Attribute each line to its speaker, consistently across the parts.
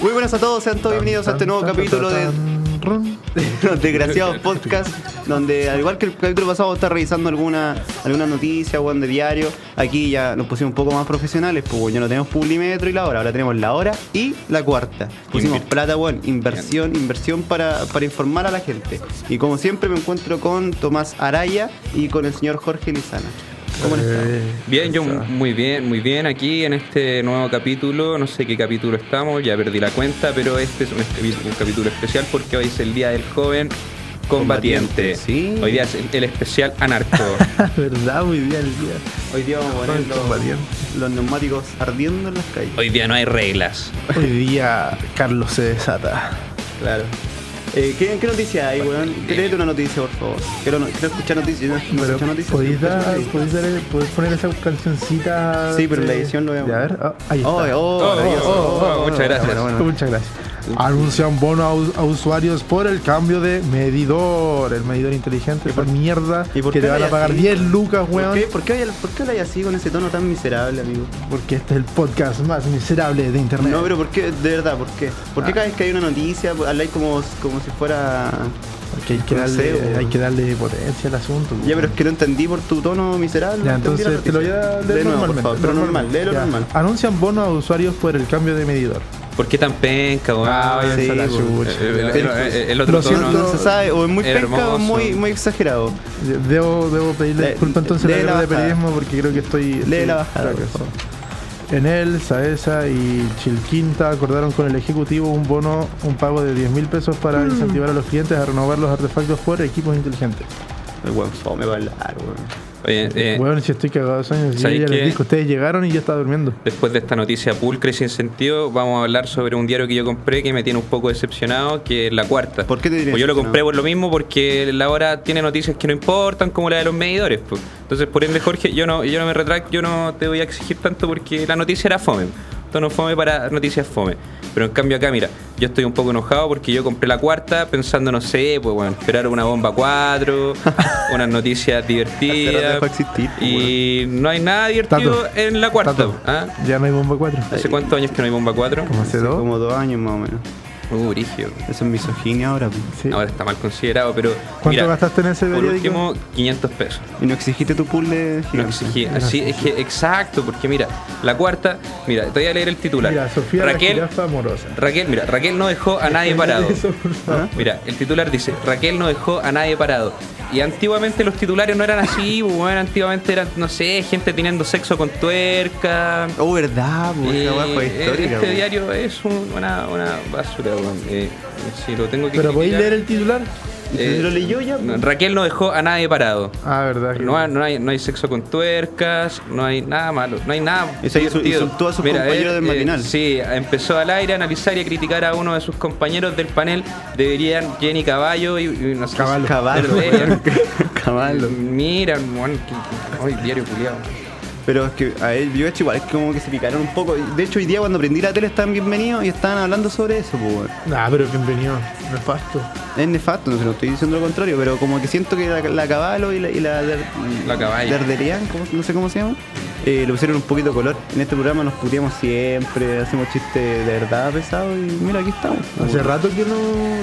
Speaker 1: Muy buenas a todos, sean todos bienvenidos a este nuevo capítulo de Los Desgraciados Podcast, donde al igual que el capítulo pasado vamos a estar revisando alguna, alguna noticia, weón, de diario. Aquí ya nos pusimos un poco más profesionales, pues weón, ya no tenemos Publimetro y la hora, ahora tenemos la hora y la cuarta. Pusimos
Speaker 2: Invir-
Speaker 1: plata, weón, inversión, inversión para, para informar a la gente. Y como siempre me encuentro con Tomás Araya y con el señor Jorge Lizana.
Speaker 3: Eh,
Speaker 1: ¿Cómo les está?
Speaker 2: Bien, yo muy bien, muy bien. Aquí en este nuevo capítulo, no sé qué capítulo estamos, ya perdí la cuenta, pero este es un, escapi- un capítulo especial porque hoy es el Día del Joven
Speaker 1: Combatiente,
Speaker 2: Combatiente.
Speaker 1: sí.
Speaker 2: Hoy día es el, el especial anarco.
Speaker 3: ¿Verdad? Muy bien el día.
Speaker 1: Hoy día vamos a poner
Speaker 3: Ay, combatiente.
Speaker 1: los, los neumáticos ardiendo en las calles.
Speaker 2: hoy día no hay reglas.
Speaker 3: Hoy día Carlos se desata.
Speaker 1: Claro. Eh, ¿qué, qué noticia hay, weón? Créete una noticia, por favor. Quiero, no- quiero escuchar noticias. No, Pues no
Speaker 3: Pero,
Speaker 1: escucho noticias.
Speaker 3: ¿podéis, dar-
Speaker 1: Escucho noticias.
Speaker 3: podéis dar- podéis poner esa cancioncita?
Speaker 1: Sí, pero en la
Speaker 3: de-
Speaker 1: edición lo voy a
Speaker 3: eh, de- A
Speaker 1: poner.
Speaker 3: ver, ah, ahí está.
Speaker 1: Oh, eh, oh,
Speaker 2: Oh,
Speaker 1: maravilloso.
Speaker 2: oh, oh, oh, muchas gracias.
Speaker 1: bueno, bueno.
Speaker 3: Muchas gracias. Anuncian bono a, us- a usuarios por el cambio de medidor. El medidor inteligente, por mierda.
Speaker 1: ¿Y por
Speaker 3: que
Speaker 1: qué
Speaker 3: te van
Speaker 1: le
Speaker 3: a pagar
Speaker 1: así?
Speaker 3: 10 lucas,
Speaker 1: ¿Por
Speaker 3: weón.
Speaker 1: qué, por, qué, hay- ¿Por qué habláis así con ese tono tan miserable, amigo?
Speaker 3: Porque este es el podcast más miserable de internet.
Speaker 1: No, pero ¿por qué? De verdad, ¿por qué? ¿Por qué
Speaker 3: Ah.
Speaker 1: cada vez que hay una noticia pues, habláis como, como si fuera...
Speaker 3: Porque hay que,
Speaker 1: No sé,
Speaker 3: darle,
Speaker 1: weón.
Speaker 3: hay que darle potencia al asunto.
Speaker 1: Ya, pero
Speaker 3: weón.
Speaker 1: es que no entendí por tu tono miserable.
Speaker 3: Ya,
Speaker 1: no entendí la
Speaker 3: entonces te lo voy
Speaker 1: noticia.
Speaker 3: a leer
Speaker 1: De nuevo, por
Speaker 3: normalmente.
Speaker 1: favor, pero normal, léelo
Speaker 3: Ya.
Speaker 1: normal.
Speaker 3: Anuncian bono a usuarios por el cambio de medidor.
Speaker 2: ¿Por qué tan penca, weón?
Speaker 3: Ah,
Speaker 1: sí,
Speaker 3: váyanse a la
Speaker 1: bo.
Speaker 3: chucha.
Speaker 2: Eh, eh, el, el- el otro
Speaker 3: Lo
Speaker 1: No,
Speaker 2: tono.
Speaker 1: no se sabe, o es muy pesca o
Speaker 2: Hermoso.
Speaker 1: es muy, muy exagerado.
Speaker 3: Debo, debo pedirle
Speaker 1: Le-
Speaker 3: disculpa entonces
Speaker 1: lee
Speaker 3: a la
Speaker 1: la
Speaker 3: carrera de
Speaker 1: bajada.
Speaker 3: periodismo porque creo que estoy.
Speaker 1: Lee
Speaker 3: estoy-
Speaker 1: la bajada,
Speaker 3: creo que
Speaker 1: por
Speaker 3: sí. Enel, Saesa y Chilquinta acordaron con el Ejecutivo un bono, un pago de 10 mil pesos para
Speaker 1: Mm.
Speaker 3: incentivar a los clientes a renovar los artefactos por equipos inteligentes.
Speaker 1: El buen fome va a hablar, weón.
Speaker 2: Oye, eh,
Speaker 3: Bueno, si estoy cagado de sueño, si yo
Speaker 2: ¿sabes
Speaker 3: ya
Speaker 2: qué?
Speaker 3: les dije, ustedes llegaron y yo estaba durmiendo.
Speaker 2: Después de esta noticia pulcra y sin sentido, vamos a hablar sobre un diario que yo compré que me tiene un poco decepcionado, que es La Cuarta.
Speaker 1: ¿Por qué te tiene
Speaker 2: Pues yo lo
Speaker 1: decepcionado?
Speaker 2: compré por lo mismo, porque La Hora tiene noticias que no importan, como la de los medidores. pues. Entonces, por ende, Jorge, yo no, yo no me retracto, yo no te voy a exigir tanto porque la noticia era fome. Esto no es fome para noticias fome. Pero en cambio acá, mira, yo estoy un poco enojado porque yo compré la cuarta pensando, no sé, pues bueno, esperar una bomba 4, unas noticias
Speaker 1: Hace rato
Speaker 2: divertidas.
Speaker 1: dejó de existir, pues,
Speaker 2: y no hay nada divertido
Speaker 3: Tato.
Speaker 2: en la cuarta.
Speaker 3: Tato,
Speaker 2: ¿ah?
Speaker 3: Ya no hay bomba 4.
Speaker 2: ¿Hace cuántos años que no hay bomba 4?
Speaker 3: ¿Cómo hace
Speaker 1: Hace
Speaker 3: dos?
Speaker 1: como dos años más o menos.
Speaker 2: Uh, brigio.
Speaker 1: Eso es misoginia ahora. pues.
Speaker 3: Sí.
Speaker 2: Ahora está mal considerado, pero.
Speaker 3: ¿Cuánto gastaste en ese
Speaker 2: Por
Speaker 3: periódico?
Speaker 2: último, 500 pesos.
Speaker 1: Y no exigiste tu puzzle
Speaker 2: No
Speaker 1: gigante.
Speaker 2: exigí. Así es que, exacto, porque mira, la cuarta. Mira, te voy a leer el titular.
Speaker 3: Mira, Sofía,
Speaker 2: Raquel.
Speaker 3: la jirafa amorosa.
Speaker 2: Raquel, mira, Raquel no dejó a nadie parado. ¿Ah?
Speaker 3: Eso, por favor.
Speaker 2: Mira, el titular dice, Raquel no dejó a nadie parado. Y antiguamente los titulares no eran así, bueno, antiguamente eran, no sé, gente teniendo sexo con tuerca.
Speaker 1: Oh, verdad, pues,
Speaker 2: Eh,
Speaker 1: esa weá fue
Speaker 2: eh,
Speaker 1: histórica.
Speaker 2: este
Speaker 1: pues.
Speaker 2: diario es un- una, una basura, weón. Eh, si lo tengo que
Speaker 3: Pero podéis
Speaker 2: criticar,
Speaker 3: leer el titular.
Speaker 2: eh,
Speaker 1: ¿Lo leyó ya?
Speaker 2: no, Raquel no dejó a nadie parado.
Speaker 3: Ah, verdad. que-
Speaker 2: No, hay- no hay, no hay sexo con tuercas, no hay nada malo, no hay nada.
Speaker 1: Eso hizo-
Speaker 2: divertido. eh,
Speaker 1: insultó a sus compañeros del matinal.
Speaker 2: sí, empezó al aire a analizar y a criticar a uno de sus compañeros del panel. Deberían Jenny Caballo y, y no sé,
Speaker 1: Caballo. Caballo,
Speaker 2: deberían-
Speaker 1: weón. Caballo.
Speaker 2: Mira, weón, que- ay, diario culiado.
Speaker 1: Pero es que a él, yo he hecho igual, es como que se picaron un poco. De hecho, hoy día cuando prendí la tele estaban bienvenidos y estaban hablando sobre eso, pues. weón.
Speaker 3: Ah, pero bienvenido. Nefasto.
Speaker 1: Es nefasto, no se lo estoy diciendo lo contrario, pero como que siento que la, la Caballo y la, y la, der-
Speaker 2: La Caballo.
Speaker 1: Derderian, ¿cómo- no sé cómo se llama, eh, le pusieron un poquito de color. En este programa nos puteamos siempre, hacemos chistes de verdad pesados y mira, aquí estamos. pues,
Speaker 3: Hace rato que no,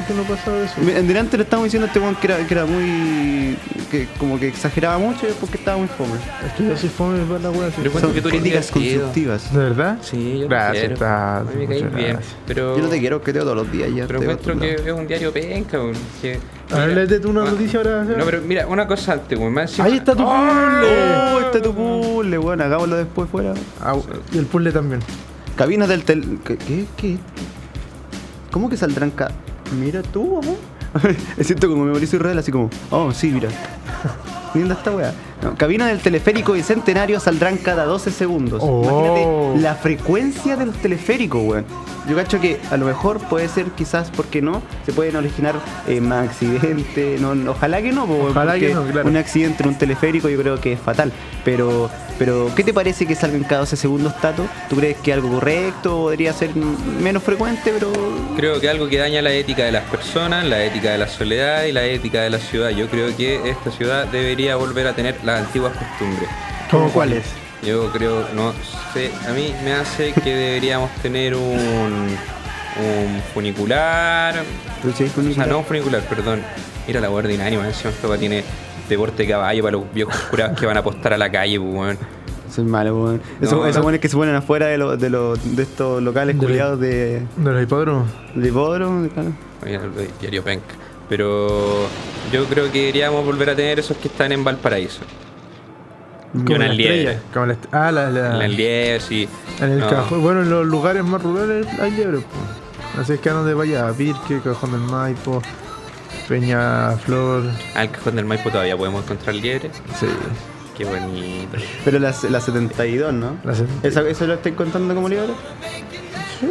Speaker 3: que no pasaba eso.
Speaker 1: Me- En delante le estábamos diciendo a este weón que era, que era muy. que como que exageraba mucho y después que estaba muy fome.
Speaker 3: Es que yo soy fome para la wea. así.
Speaker 2: Pero cuánto
Speaker 1: Son
Speaker 2: que tú eres
Speaker 1: críticas
Speaker 2: divertido.
Speaker 1: constructivas.
Speaker 3: ¿De verdad?
Speaker 2: Sí, yo te
Speaker 3: Gracias,
Speaker 2: quiero.
Speaker 3: está.
Speaker 2: A mí me caí
Speaker 3: muchas
Speaker 2: bien,
Speaker 3: gracias.
Speaker 2: pero
Speaker 1: Yo no te quiero, que te odio todos los días ya.
Speaker 2: Pero
Speaker 1: te veo
Speaker 2: encuentro
Speaker 1: tu
Speaker 2: que
Speaker 1: lado.
Speaker 2: es un diario penca, weón, que-
Speaker 3: Este A ver,
Speaker 2: mira,
Speaker 3: léete tú una
Speaker 2: ah,
Speaker 3: noticia ahora.
Speaker 2: No, pero mira, una cosa antes, weón. más encima-
Speaker 3: Ahí está tu puzzle.
Speaker 1: ¡Oh!
Speaker 2: este
Speaker 1: Está tu puzzle, weón. Hagámoslo después fuera.
Speaker 3: Ah, y el puzzle también.
Speaker 1: Cabinas del tel. ¿Qué? ¿Qué? qué? ¿Cómo que saldrán ca.? Mira tú, ajá. Siento como Mauricio Israel, así como. Oh, sí, mira. Linda esta weá. No, cabina del teleférico bicentenario saldrán cada 12 segundos.
Speaker 3: Oh.
Speaker 1: Imagínate la frecuencia de los teleféricos, weón. Yo cacho que a lo mejor puede ser, quizás, porque no? Se pueden originar eh, más accidentes. No, no, ojalá que no, po, weón,
Speaker 3: Ojalá que
Speaker 1: porque
Speaker 3: no, claro.
Speaker 1: un accidente en un teleférico yo creo que es fatal. Pero, pero ¿qué te parece que salgan cada 12 segundos, Tato? ¿Tú crees que algo correcto podría ser mm, menos frecuente, pero
Speaker 2: Creo que algo que daña la ética de las personas, la ética de la soledad y la ética de la ciudad. Yo creo que esta ciudad debería volver a tener las antiguas costumbres.
Speaker 1: ¿Cómo cuáles?
Speaker 2: Yo creo, no sé, a mí me hace que deberíamos tener un, un funicular.
Speaker 1: Pero si hay
Speaker 2: O sea,
Speaker 1: funicular.
Speaker 2: no un funicular, perdón. Mira la guardia inánima, encima esta weá tiene deporte de caballo para los viejos curados que van a apostar a la calle, pues, weón.
Speaker 1: Eso es malo, weón. Esos
Speaker 2: No,
Speaker 1: esos
Speaker 2: no.
Speaker 1: weones que se ponen afuera de, lo- de, lo- de estos locales
Speaker 3: De-
Speaker 1: culiados de,
Speaker 3: De los hipódromos.
Speaker 1: de hipódromo, claro.
Speaker 2: Mira, lo de Diario Penc. Pero yo creo que deberíamos volver a tener esos que están en Valparaíso.
Speaker 3: Como
Speaker 2: una
Speaker 3: la
Speaker 2: liebre.
Speaker 3: estrella, como la est- ah, la, la-
Speaker 2: En el liebre, sí.
Speaker 3: en el
Speaker 2: No.
Speaker 3: cajón. Bueno, en los lugares más rurales hay liebres. po. Así es que andan de vaya a Pirque, Cajón del Maipo, Peña Flor.
Speaker 2: Al cajón del Maipo todavía podemos encontrar liebre.
Speaker 3: Sí.
Speaker 2: Qué bonito.
Speaker 1: Pero la, la 72, ¿no?
Speaker 3: La seten-
Speaker 1: ¿Esa, ¿Eso lo estoy contando como liebre? Sí,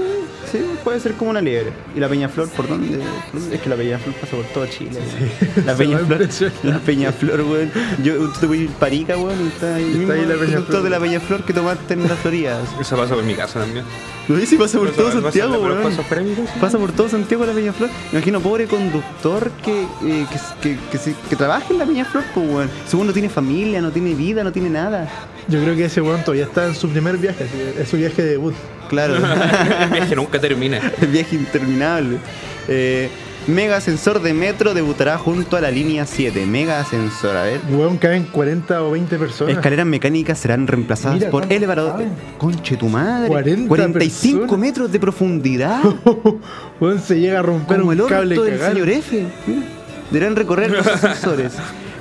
Speaker 1: sí, puede ser como una liebre. ¿Y la Peñaflor por dónde? por dónde? Es que la Peñaflor pasa por todo Chile. weón. La
Speaker 3: Se va a
Speaker 1: Peñaflor,
Speaker 3: impresionar.
Speaker 1: la Peñaflor, weón. Yo, tú te voy a ir Parica, weón, y está ahí,
Speaker 3: Está
Speaker 1: mismo
Speaker 3: ahí la
Speaker 1: el
Speaker 3: Peñaflor.
Speaker 1: producto de la Peñaflor que tomaste en las orillas.
Speaker 2: Eso pasa por mi casa también.
Speaker 1: Lo dice y pasa por
Speaker 2: Eso
Speaker 1: todo
Speaker 2: pasa-
Speaker 1: Santiago,
Speaker 2: pasa-
Speaker 1: weón.
Speaker 2: pasa fuera de mi casa.
Speaker 1: Pasa por todo Santiago la Peña Flor. Me imagino, pobre conductor que, eh, que, que, que se- que trabaje en la Peña Flor, pues, weón. Según no tiene familia, no tiene vida, no tiene nada.
Speaker 3: Yo creo que ese weón todavía está en su primer viaje, así que es su viaje de debut.
Speaker 1: Claro,
Speaker 2: El viaje nunca termina.
Speaker 1: el viaje interminable. Eh, mega ascensor de metro debutará junto a la línea 7. Mega ascensor, a ver.
Speaker 3: Weón caen 40 o 20 personas.
Speaker 1: Escaleras mecánicas serán reemplazadas
Speaker 3: Mira,
Speaker 1: por
Speaker 3: ¿cuánto
Speaker 1: elevador.
Speaker 3: saben?
Speaker 1: Conche tu madre.
Speaker 3: 40
Speaker 1: 45
Speaker 3: personas.
Speaker 1: metros de profundidad.
Speaker 3: Weón se llega a romper
Speaker 1: Como
Speaker 3: un
Speaker 1: el orto
Speaker 3: cable y
Speaker 1: del
Speaker 3: cagar.
Speaker 1: señor E. F. Mira, Deberán recorrer los ascensores.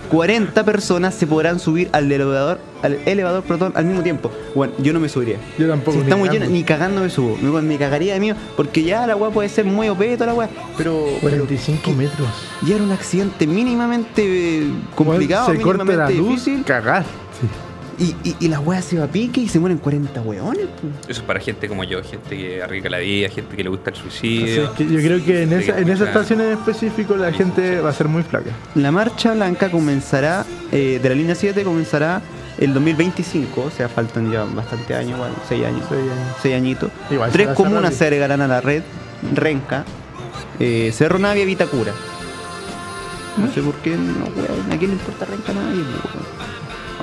Speaker 1: 40 personas se podrán subir al elevador, al elevador perdón, al mismo tiempo. Bueno, yo no me subiría.
Speaker 3: Yo tampoco,
Speaker 1: Si
Speaker 3: ni
Speaker 1: está muy
Speaker 3: cagando.
Speaker 1: lleno, ni cagando me subo. Me, me cagaría de miedo, porque ya la weá puede ser muy OP y toda la weá. Pero, pero
Speaker 3: 45 metros.
Speaker 1: ya era un accidente mínimamente eh, complicado,
Speaker 3: Weón, se corta
Speaker 1: mínimamente
Speaker 3: la luz,
Speaker 1: difícil.
Speaker 3: cagar. Sí.
Speaker 1: Y, y, y la weá se va a pique y se mueren 40 weones. pues.
Speaker 2: Eso es para gente como yo, gente que arriesga la vida, gente que le gusta el
Speaker 3: Así
Speaker 2: suicidio.
Speaker 3: es que yo creo que en esa, en esa
Speaker 2: Claro.
Speaker 3: estación en específico la gente va a ser muy flaca.
Speaker 1: La marcha blanca comenzará, eh, de la línea 7 comenzará el 2025, o sea, faltan ya bastante años, bueno, 6 años,
Speaker 3: Soy, eh,
Speaker 1: 6 añitos.
Speaker 3: Igual se
Speaker 1: Tres
Speaker 3: va a hacer
Speaker 1: comunas
Speaker 3: rápido.
Speaker 1: se agregarán a la red, Renca, eh, Cerro Navia y Vitacura.
Speaker 3: ¿Mm?
Speaker 1: No sé por qué, no, weón, ¿a quién le importa Renca a nadie? weón?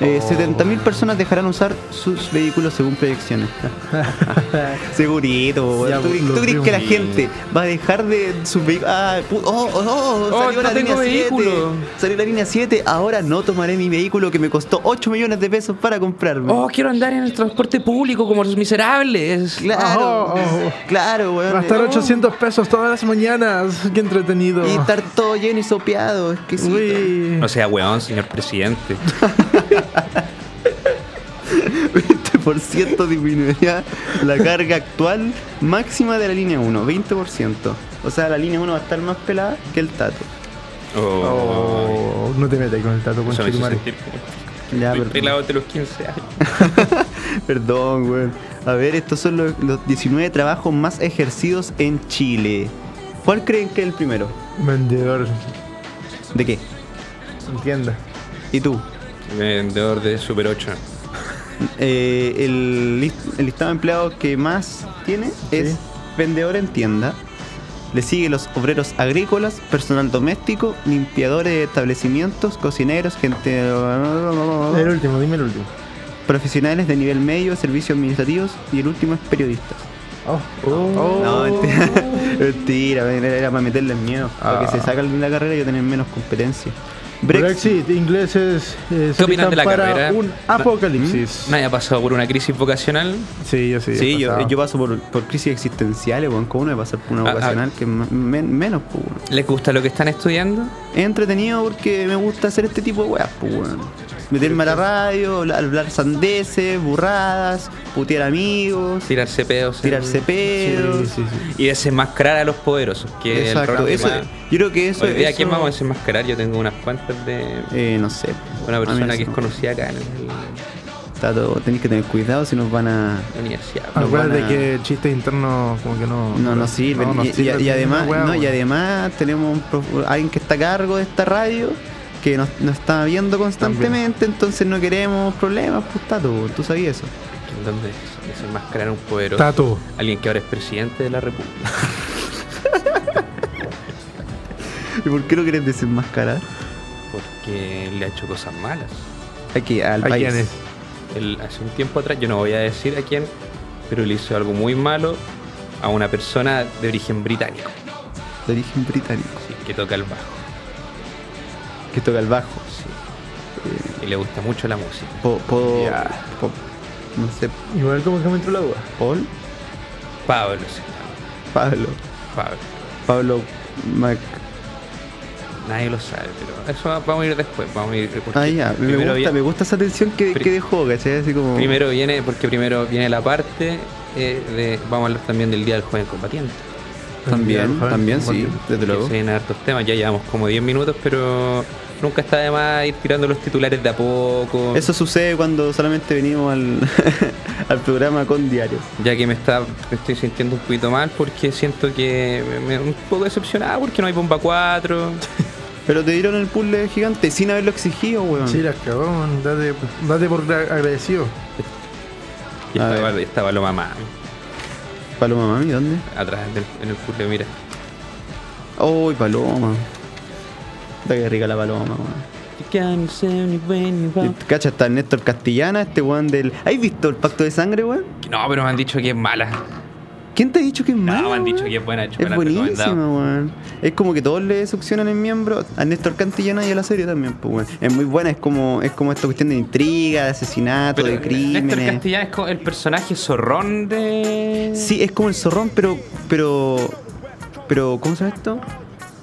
Speaker 1: Eh,
Speaker 3: Oh.
Speaker 1: 70.000 personas dejarán usar sus vehículos según proyecciones. Segurito, weón.
Speaker 3: Ya,
Speaker 1: ¿Tú,
Speaker 3: pues,
Speaker 1: cre-
Speaker 3: los
Speaker 1: tú crees que la
Speaker 3: vimos.
Speaker 1: gente va a dejar de sus vehículos? Ah, pu- oh, oh, oh,
Speaker 2: Oh,
Speaker 1: salió
Speaker 2: no
Speaker 1: la línea
Speaker 2: tengo
Speaker 1: 7.
Speaker 2: vehículo.
Speaker 1: Salió la línea 7, ahora no tomaré mi vehículo que me costó 8 millones de pesos para comprarme.
Speaker 2: Oh, quiero andar en el transporte público como los miserables.
Speaker 1: claro,
Speaker 3: Oh, oh, oh.
Speaker 1: claro, weón.
Speaker 3: Va a estar
Speaker 1: Oh.
Speaker 3: 800 pesos todas las mañanas. Qué entretenido.
Speaker 1: Y estar todo lleno y sopeado, es que sí.
Speaker 3: Uy.
Speaker 2: No sea weón, señor presidente.
Speaker 1: 20% disminuirá la carga actual máxima de la línea 1, 20%. O sea, la línea 1 va a estar más pelada que el tato.
Speaker 2: Oh.
Speaker 3: Oh, no te metas con el tato con
Speaker 2: Eso me hizo
Speaker 3: Chitumare.
Speaker 2: sentir como-
Speaker 1: Ya,
Speaker 2: Estoy
Speaker 1: perdón.
Speaker 2: pelado de los 15 años.
Speaker 1: Perdón, weón. A ver, estos son los, los 19 trabajos más ejercidos en Chile. ¿Cuál creen que es el primero?
Speaker 3: Vendedor.
Speaker 1: ¿De qué?
Speaker 3: Entienda.
Speaker 1: ¿Y tú?
Speaker 2: Vendedor de Super 8.
Speaker 1: Eh, el, lis- el listado de empleados que más tiene es
Speaker 3: Sí.
Speaker 1: vendedor en tienda. Le sigue los obreros agrícolas, personal doméstico, limpiadores de establecimientos, cocineros, gente... Oh.
Speaker 3: El último, dime el último.
Speaker 1: Profesionales de nivel medio, servicios administrativos y el último es periodistas.
Speaker 3: Oh.
Speaker 1: No, mentira, mentira, era, era para meterles miedo. Para
Speaker 3: Ah.
Speaker 1: que se sacan de la carrera y tener menos competencia. Brexit.
Speaker 3: Brexit, ingleses eh, se
Speaker 2: ¿Qué opinan de la
Speaker 3: listan para
Speaker 2: carrera? ¿Mm?
Speaker 3: un apocalipsis.
Speaker 2: Nadie ha pasado por una crisis vocacional.
Speaker 3: Sí, yo sí.
Speaker 1: Sí,
Speaker 3: he
Speaker 1: yo,
Speaker 3: pasado.
Speaker 1: yo paso por, por crisis existenciales, weón. ¿Cómo uno de pasar por una
Speaker 2: Ah, ah.
Speaker 1: vocacional que es ma- men- menos, pues, weón?
Speaker 2: ¿Les gusta lo que están estudiando?
Speaker 1: Es entretenido porque me gusta hacer este tipo de weas, pues, weón. Meterme a la radio, hablar, hablar sandeces, burradas, putear amigos,
Speaker 2: Tirarse pedos. en-
Speaker 1: tirarse pedos.
Speaker 3: Sí, sí, sí.
Speaker 2: Y desenmascarar a los poderosos. Que
Speaker 1: Exacto,
Speaker 2: es
Speaker 1: eso,
Speaker 2: el ramo que más-
Speaker 1: yo creo que eso
Speaker 2: Hoy día,
Speaker 1: eso-
Speaker 2: ¿quién vamos a desenmascarar? Yo tengo unas cuantas de
Speaker 1: Eh, no sé.
Speaker 2: una
Speaker 1: A mí
Speaker 2: persona
Speaker 1: eso
Speaker 2: que es
Speaker 1: no.
Speaker 2: conocida acá en el-
Speaker 1: Tato, tenéis que tener cuidado si nos van a.
Speaker 2: la universidad.
Speaker 1: Ah, Nos
Speaker 3: Acuérdate
Speaker 1: van a-
Speaker 3: que chistes internos como que no...
Speaker 1: No, no sirven.
Speaker 3: no, no
Speaker 1: y, y-
Speaker 3: sirven,
Speaker 1: y además,
Speaker 3: una wea,
Speaker 1: no, y
Speaker 3: wea.
Speaker 1: además tenemos un prof- alguien que está a cargo de esta radio que nos, nos está viendo constantemente, entonces no queremos problemas, pues Tato, tú sabías eso.
Speaker 2: ¿En dónde es? desenmascarar a un poderoso?
Speaker 3: Tato.
Speaker 2: Alguien que ahora es presidente de la República.
Speaker 1: ¿Y por qué lo querés desenmascarar?
Speaker 2: Porque le ha hecho cosas malas.
Speaker 1: Aquí, al
Speaker 3: ¿A
Speaker 1: país.
Speaker 3: quién es?
Speaker 2: Él, hace un tiempo atrás, yo no voy a decir a quién, pero le hizo algo muy malo a una persona de origen británico,
Speaker 1: De origen británico.
Speaker 2: sí, que toca el bajo
Speaker 1: Que toca el bajo.
Speaker 2: y le gusta mucho la música.
Speaker 1: Po, po-
Speaker 2: Ya.
Speaker 1: po- no sé,
Speaker 3: Igual como que me entró la duda.
Speaker 1: Paul.
Speaker 2: Pablo, se llama,
Speaker 1: Pablo.
Speaker 2: Pablo.
Speaker 1: Pablo Mac.
Speaker 2: Nadie lo sabe, pero eso va- vamos a ir después. Vamos a ir porque
Speaker 1: Ah, ya. Me
Speaker 2: primero
Speaker 1: gusta,
Speaker 2: viene-
Speaker 1: me gusta esa tensión que,
Speaker 2: Pri-
Speaker 1: que dejó, ¿cachai? Así como.
Speaker 2: Primero viene, porque primero viene la parte eh, de. Vamos a hablar también del Día del Joven Combatiente.
Speaker 1: También,
Speaker 3: Joven,
Speaker 1: también, sí,
Speaker 3: Martín.
Speaker 1: desde luego.
Speaker 2: Que se vienen hartos temas, ya llevamos como 10 minutos, pero nunca está de más ir tirando los titulares de a poco.
Speaker 1: Eso sucede cuando solamente venimos al, al programa con diario.
Speaker 2: Ya que me está me estoy sintiendo un poquito mal porque siento que me, me- un poco decepcionado porque no hay bomba 4.
Speaker 1: Pero te dieron el puzzle gigante sin haberlo exigido, weón.
Speaker 3: Sí, las cagó, man. date, date por gra- agradecido.
Speaker 2: Y
Speaker 1: A
Speaker 2: estaba,
Speaker 1: ver.
Speaker 2: estaba lo mamá
Speaker 1: Paloma, mami, ¿dónde?
Speaker 2: atrás del, en el puzzle, mira.
Speaker 1: Uy, Paloma. Da que rica la Paloma, weón. Y, Cacha, está el Néstor Castellana, este weón del. ¿Has visto el pacto de sangre, weón?
Speaker 2: No, pero me han dicho que es mala.
Speaker 1: ¿Quién te ha dicho que es malo?
Speaker 2: No, me han dicho que es buena.
Speaker 1: Es
Speaker 2: chocolate recomendado.
Speaker 1: buenísima, weón. Es como que todos le succionan el miembro a Néstor Cantillana y a la serie también, pues, weón. Es muy buena, es como, es como esta cuestión de intriga, de asesinato,
Speaker 2: Pero
Speaker 1: de
Speaker 2: Néstor
Speaker 1: crímenes.
Speaker 2: Castellanos es como el personaje zorrón de.
Speaker 1: Sí, es como el zorrón, pero. Pero. Pero. ¿Cómo se llama esto?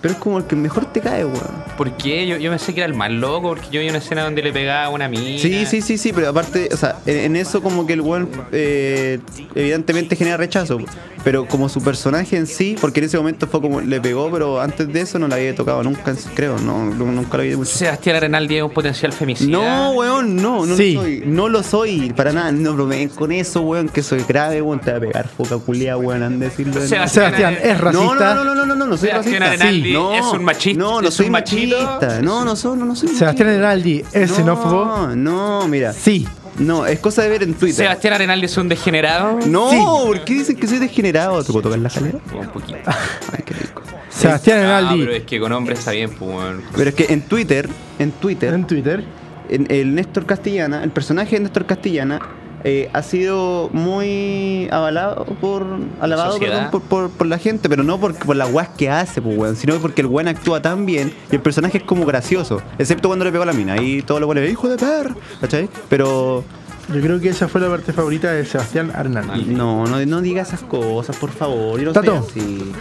Speaker 1: Pero es como el que mejor te cae, weón.
Speaker 2: ¿Por qué? Yo, yo pensé que era el más loco, porque yo vi una escena donde le pegaba a una mina.
Speaker 1: Sí, sí, sí, sí, pero aparte, o sea, en, en eso como que el weón eh, evidentemente genera rechazo, pero como su personaje en sí, porque en ese momento fue como le pegó, pero antes de eso no la había tocado nunca, creo, no, no- nunca la había mucho.
Speaker 2: Sebastián Arenaldi es un potencial femicida.
Speaker 1: No, weón, no, no
Speaker 3: Sí.
Speaker 1: lo soy. No lo soy, para nada. No bromeen con eso, weón, que soy grave, weón. Te va a pegar foca culia, weón, han de decirlo. de nuevo.
Speaker 2: Sebastián
Speaker 3: Sebastián, es
Speaker 1: No,
Speaker 3: racista.
Speaker 1: no, no, no, no, no, no soy
Speaker 2: Sebastián
Speaker 1: racista.
Speaker 2: Arenaldi
Speaker 1: no,
Speaker 2: es un machista,
Speaker 1: No, no
Speaker 2: es
Speaker 1: soy
Speaker 2: un machito.
Speaker 1: machista. No, no soy, no, no soy
Speaker 3: Sebastián
Speaker 1: machista.
Speaker 3: Enaldi es xenófobo.
Speaker 1: No, no, mira.
Speaker 3: Sí.
Speaker 1: No, es cosa de ver en Twitter.
Speaker 2: Sebastián Arenaldi es un degenerado.
Speaker 1: No,
Speaker 3: Sí.
Speaker 1: ¿por qué dicen que soy degenerado? ¿Te puedo tocar la jalera?
Speaker 2: Un poquito.
Speaker 1: Ay, qué rico.
Speaker 3: Sebastián
Speaker 2: Ah,
Speaker 3: Enaldi
Speaker 2: pero es que con hombres está bien, pues. weón.
Speaker 1: Pero es que en Twitter, en Twitter,
Speaker 3: en Twitter.
Speaker 1: en- el Néstor Castellana, el personaje de Néstor Castellana eh, ha sido muy avalado por alabado
Speaker 2: Sociedad.
Speaker 1: perdón, por, por- por la gente, pero no por, por las guas que hace, pues, weón, sino porque el weón actúa tan bien y el personaje es como gracioso, excepto cuando le pegó a la mina y todo lo bueno, hijo de perro, ¿cachai? Pero
Speaker 3: Yo creo que esa fue la parte favorita de Sebastián Arnaldi.
Speaker 1: no, no, no diga esas cosas, por favor, yo no
Speaker 3: Tato.
Speaker 1: soy así.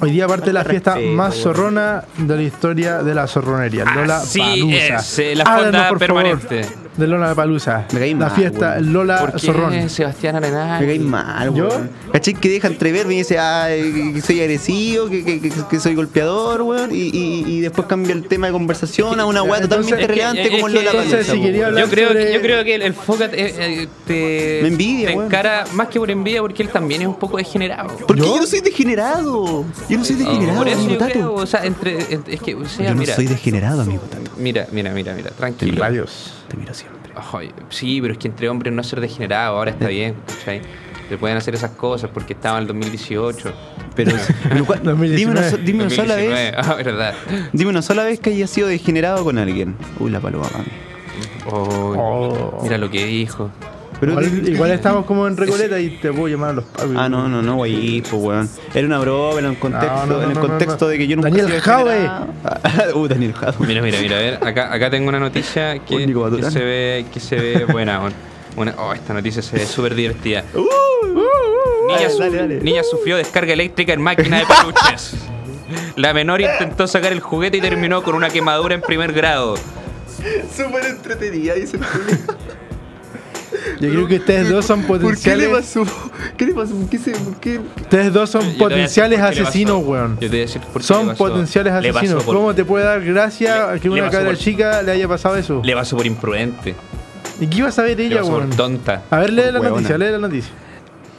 Speaker 3: Hoy día parte de la fiesta
Speaker 1: Respeto,
Speaker 3: más
Speaker 1: weón.
Speaker 3: zorrona de la historia de la zorronería, Lola
Speaker 2: Así
Speaker 3: Palusa.
Speaker 2: es, eh, la fonda permanente.
Speaker 3: de Lola Palusa.
Speaker 1: Me caí
Speaker 3: La
Speaker 1: mal,
Speaker 3: fiesta
Speaker 1: weón.
Speaker 3: Lola
Speaker 2: ¿Por qué
Speaker 3: Ah, Zorrón.
Speaker 2: Eh, Sebastián Arenaldi?
Speaker 1: Me caí mal,
Speaker 3: ¿Yo?
Speaker 1: weón. ¿Cachai? Que deja entrever, me dice, ay, que soy agresivo, que, que- que- que soy golpeador, weón. Y, y- y después cambia el tema de conversación a una weá
Speaker 3: Entonces-
Speaker 1: totalmente
Speaker 3: es que-
Speaker 1: relevante
Speaker 2: es
Speaker 1: como
Speaker 2: que-
Speaker 1: lo de la
Speaker 3: entonces,
Speaker 1: Palusa,
Speaker 3: si
Speaker 1: weón.
Speaker 3: quería hablar
Speaker 2: Yo creo,
Speaker 3: sobre-
Speaker 2: que, yo creo que el, el Foca te, eh, eh, te-
Speaker 1: Me envidia,
Speaker 2: te
Speaker 1: weón.
Speaker 2: encara más que por envidia porque él también es un poco degenerado.
Speaker 1: ¿Por qué
Speaker 3: ¿Yo?
Speaker 1: yo no soy degenerado? Yo no soy degenerado,
Speaker 2: Ah, Por eso
Speaker 1: amigo
Speaker 2: yo creo,
Speaker 1: Tato.
Speaker 2: o sea, entre, entre- es que, o sea,
Speaker 1: Yo no
Speaker 2: mira,
Speaker 1: soy degenerado, amigo Tato.
Speaker 2: mira, mira, mira, mira, tranquilo.
Speaker 3: Rayos.
Speaker 1: Te miro siempre.
Speaker 2: Ay, sí, pero es que entre hombres no ser degenerado ahora está bien, ¿cachai? Se pueden hacer esas cosas porque estaba en el 2018.
Speaker 1: Pero, pero cua- dime una, so- dime una sola
Speaker 2: 2019,
Speaker 1: vez.
Speaker 2: Ah, verdad.
Speaker 1: Dime una sola vez que haya sido degenerado con alguien. Uy, la paloma, mami.
Speaker 2: Oh,
Speaker 3: Oh.
Speaker 2: Mira lo que dijo.
Speaker 1: Pero-
Speaker 3: Igual, igual estamos como en Recoleta y te puedo llamar a los pagos.
Speaker 1: Ah, no, no, no, güey, pues, weón. Era una broma, era un contexto,
Speaker 3: No, no, no,
Speaker 1: en el
Speaker 3: no, no,
Speaker 1: contexto
Speaker 3: no.
Speaker 1: de que yo nunca
Speaker 3: Daniel
Speaker 1: he sido
Speaker 3: Jadwe.
Speaker 1: degenerado. uh, Daniel Jadwe.
Speaker 2: Mira, mira, mira, a ver, acá, acá tengo una noticia que,
Speaker 1: Único
Speaker 2: que
Speaker 1: Baturán.
Speaker 2: se ve, que se ve buena. bueno. Una- oh, esta noticia se ve súper divertida.
Speaker 1: Uh, uh, uh,
Speaker 3: Ah,
Speaker 2: Niña,
Speaker 1: dale,
Speaker 2: su-
Speaker 1: dale, dale.
Speaker 2: niña sufrió descarga eléctrica en máquina de peluches. La menor intentó sacar el juguete y terminó con una quemadura en primer grado.
Speaker 1: Súper entretenida, dice el público.
Speaker 3: Yo creo que ustedes dos son
Speaker 1: ¿Por qué le
Speaker 3: potenciales.
Speaker 1: pasó? ¿Qué le pasó? ¿Por qué se.? por qué?
Speaker 3: Ustedes dos son
Speaker 2: Yo te voy a decir
Speaker 3: potenciales
Speaker 2: por qué le pasó.
Speaker 3: asesinos, weón.
Speaker 2: Yo te voy a decir por qué le
Speaker 3: Son
Speaker 2: pasó.
Speaker 3: potenciales
Speaker 2: Le pasó
Speaker 3: asesinos.
Speaker 2: por-
Speaker 3: ¿Cómo te puede dar gracia
Speaker 2: Le-
Speaker 3: que
Speaker 2: le
Speaker 3: una
Speaker 2: pasó
Speaker 3: cabra
Speaker 2: por-
Speaker 3: chica le haya pasado eso?
Speaker 2: Le pasó por imprudente.
Speaker 3: ¿Y qué iba a saber
Speaker 2: Le
Speaker 3: ella,
Speaker 2: pasó por
Speaker 3: weón?
Speaker 2: tonta.
Speaker 3: A ver, lee la
Speaker 1: Por huevona.
Speaker 3: noticia, lee la noticia.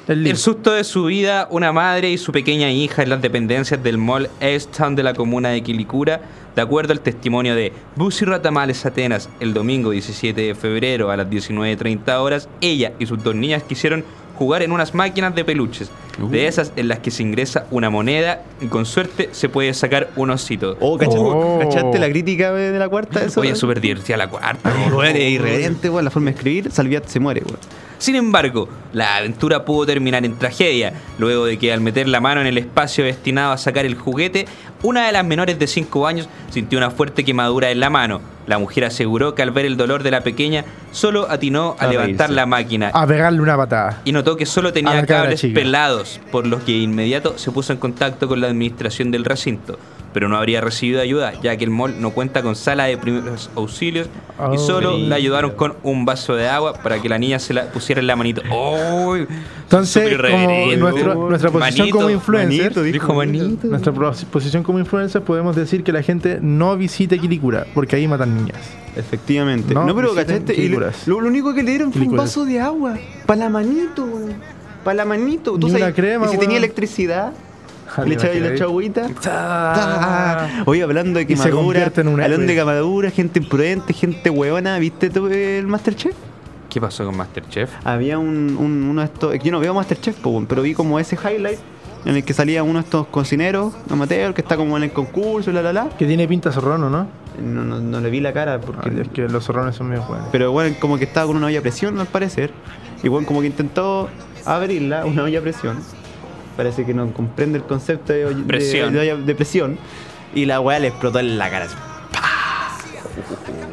Speaker 3: El
Speaker 2: El
Speaker 3: link.
Speaker 2: susto de su vida, una madre y su pequeña hija en las dependencias del mall Easttown de la comuna de Quilicura, de acuerdo al testimonio de Busy Ratamales Atenas, el domingo 17 de febrero a las 19.30 horas, ella y sus dos niñas quisieron jugar en unas máquinas de peluches,
Speaker 1: Uh.
Speaker 2: de esas en las que se ingresa una moneda y con suerte se puede sacar un osito.
Speaker 1: Oh, cacha-
Speaker 3: Oh.
Speaker 1: ¿cachaste la crítica de de la cuarta? Eso,
Speaker 2: Oye, súper divertida la cuarta.
Speaker 1: Ay, weón, es irreverente, weón, la forma de escribir. Salviat se muere, weón.
Speaker 2: Sin embargo, la aventura pudo terminar en tragedia, luego de que al meter la mano en el espacio destinado a sacar el juguete, una de las menores de 5 años sintió una fuerte quemadura en la mano. La mujer aseguró que al ver el dolor de la pequeña, solo atinó a,
Speaker 1: A
Speaker 2: levantar
Speaker 1: reírse.
Speaker 2: la máquina
Speaker 3: A pegarle una patada.
Speaker 2: y notó que solo
Speaker 3: A
Speaker 2: tenía
Speaker 3: la cara,
Speaker 2: cables
Speaker 3: chica.
Speaker 2: pelados, por lo que inmediato se puso en contacto con la administración del recinto, pero no habría recibido ayuda, ya que el mall no cuenta con sala de primeros auxilios
Speaker 3: Oh,
Speaker 2: y solo
Speaker 3: querido.
Speaker 2: la ayudaron con un vaso de agua para que la niña se la pusiera en la manito. ¡Uy!
Speaker 3: Entonces,
Speaker 2: Súper
Speaker 3: como
Speaker 2: irreverente.
Speaker 3: nuestra, nuestra posición
Speaker 2: Manito,
Speaker 3: como influencer,
Speaker 1: manito,
Speaker 2: Dijo manito.
Speaker 3: nuestra pos- posición como influencer, podemos decir que la gente no visite Quilicura, porque ahí matan niñas.
Speaker 1: Efectivamente.
Speaker 3: No,
Speaker 1: No, pero
Speaker 3: visiten
Speaker 1: cachaste. Y lo,
Speaker 3: películas.
Speaker 1: lo único que le dieron fue un
Speaker 3: Películas.
Speaker 1: vaso de agua. Para la manito, weón. Para la manito. ¿Tú
Speaker 3: Ni
Speaker 1: sabes?
Speaker 3: una crema,
Speaker 1: y si
Speaker 3: weón. Ah,
Speaker 1: tenía electricidad, le echaba le echaba agüita.
Speaker 2: Ah.
Speaker 1: Oye, hablando de
Speaker 3: Y se
Speaker 1: quemadura,
Speaker 3: convierte en un héroe.
Speaker 1: hablando de quemadura, gente imprudente, gente huevona, ¿viste tú el Masterchef?
Speaker 2: ¿Qué pasó con Masterchef?
Speaker 1: Había un, un- uno de estos, yo no veo Masterchef, po, weón, pero vi como ese highlight en el que salía uno de estos cocineros, amateur, que está como en el concurso, la la la.
Speaker 3: Que tiene pinta zorrón, ¿o no?
Speaker 1: No, no, no le vi la cara porque
Speaker 3: Ay, es que los zorrones son medio buenos.
Speaker 1: Pero bueno, como que estaba con una olla a presión al parecer. Y bueno, como que intentó abrirla, una olla a presión. Parece que no comprende el concepto de, olla- de-
Speaker 2: Presión.
Speaker 1: de olla- de presión. Y la weá le explotó en la cara. así, ¡pah!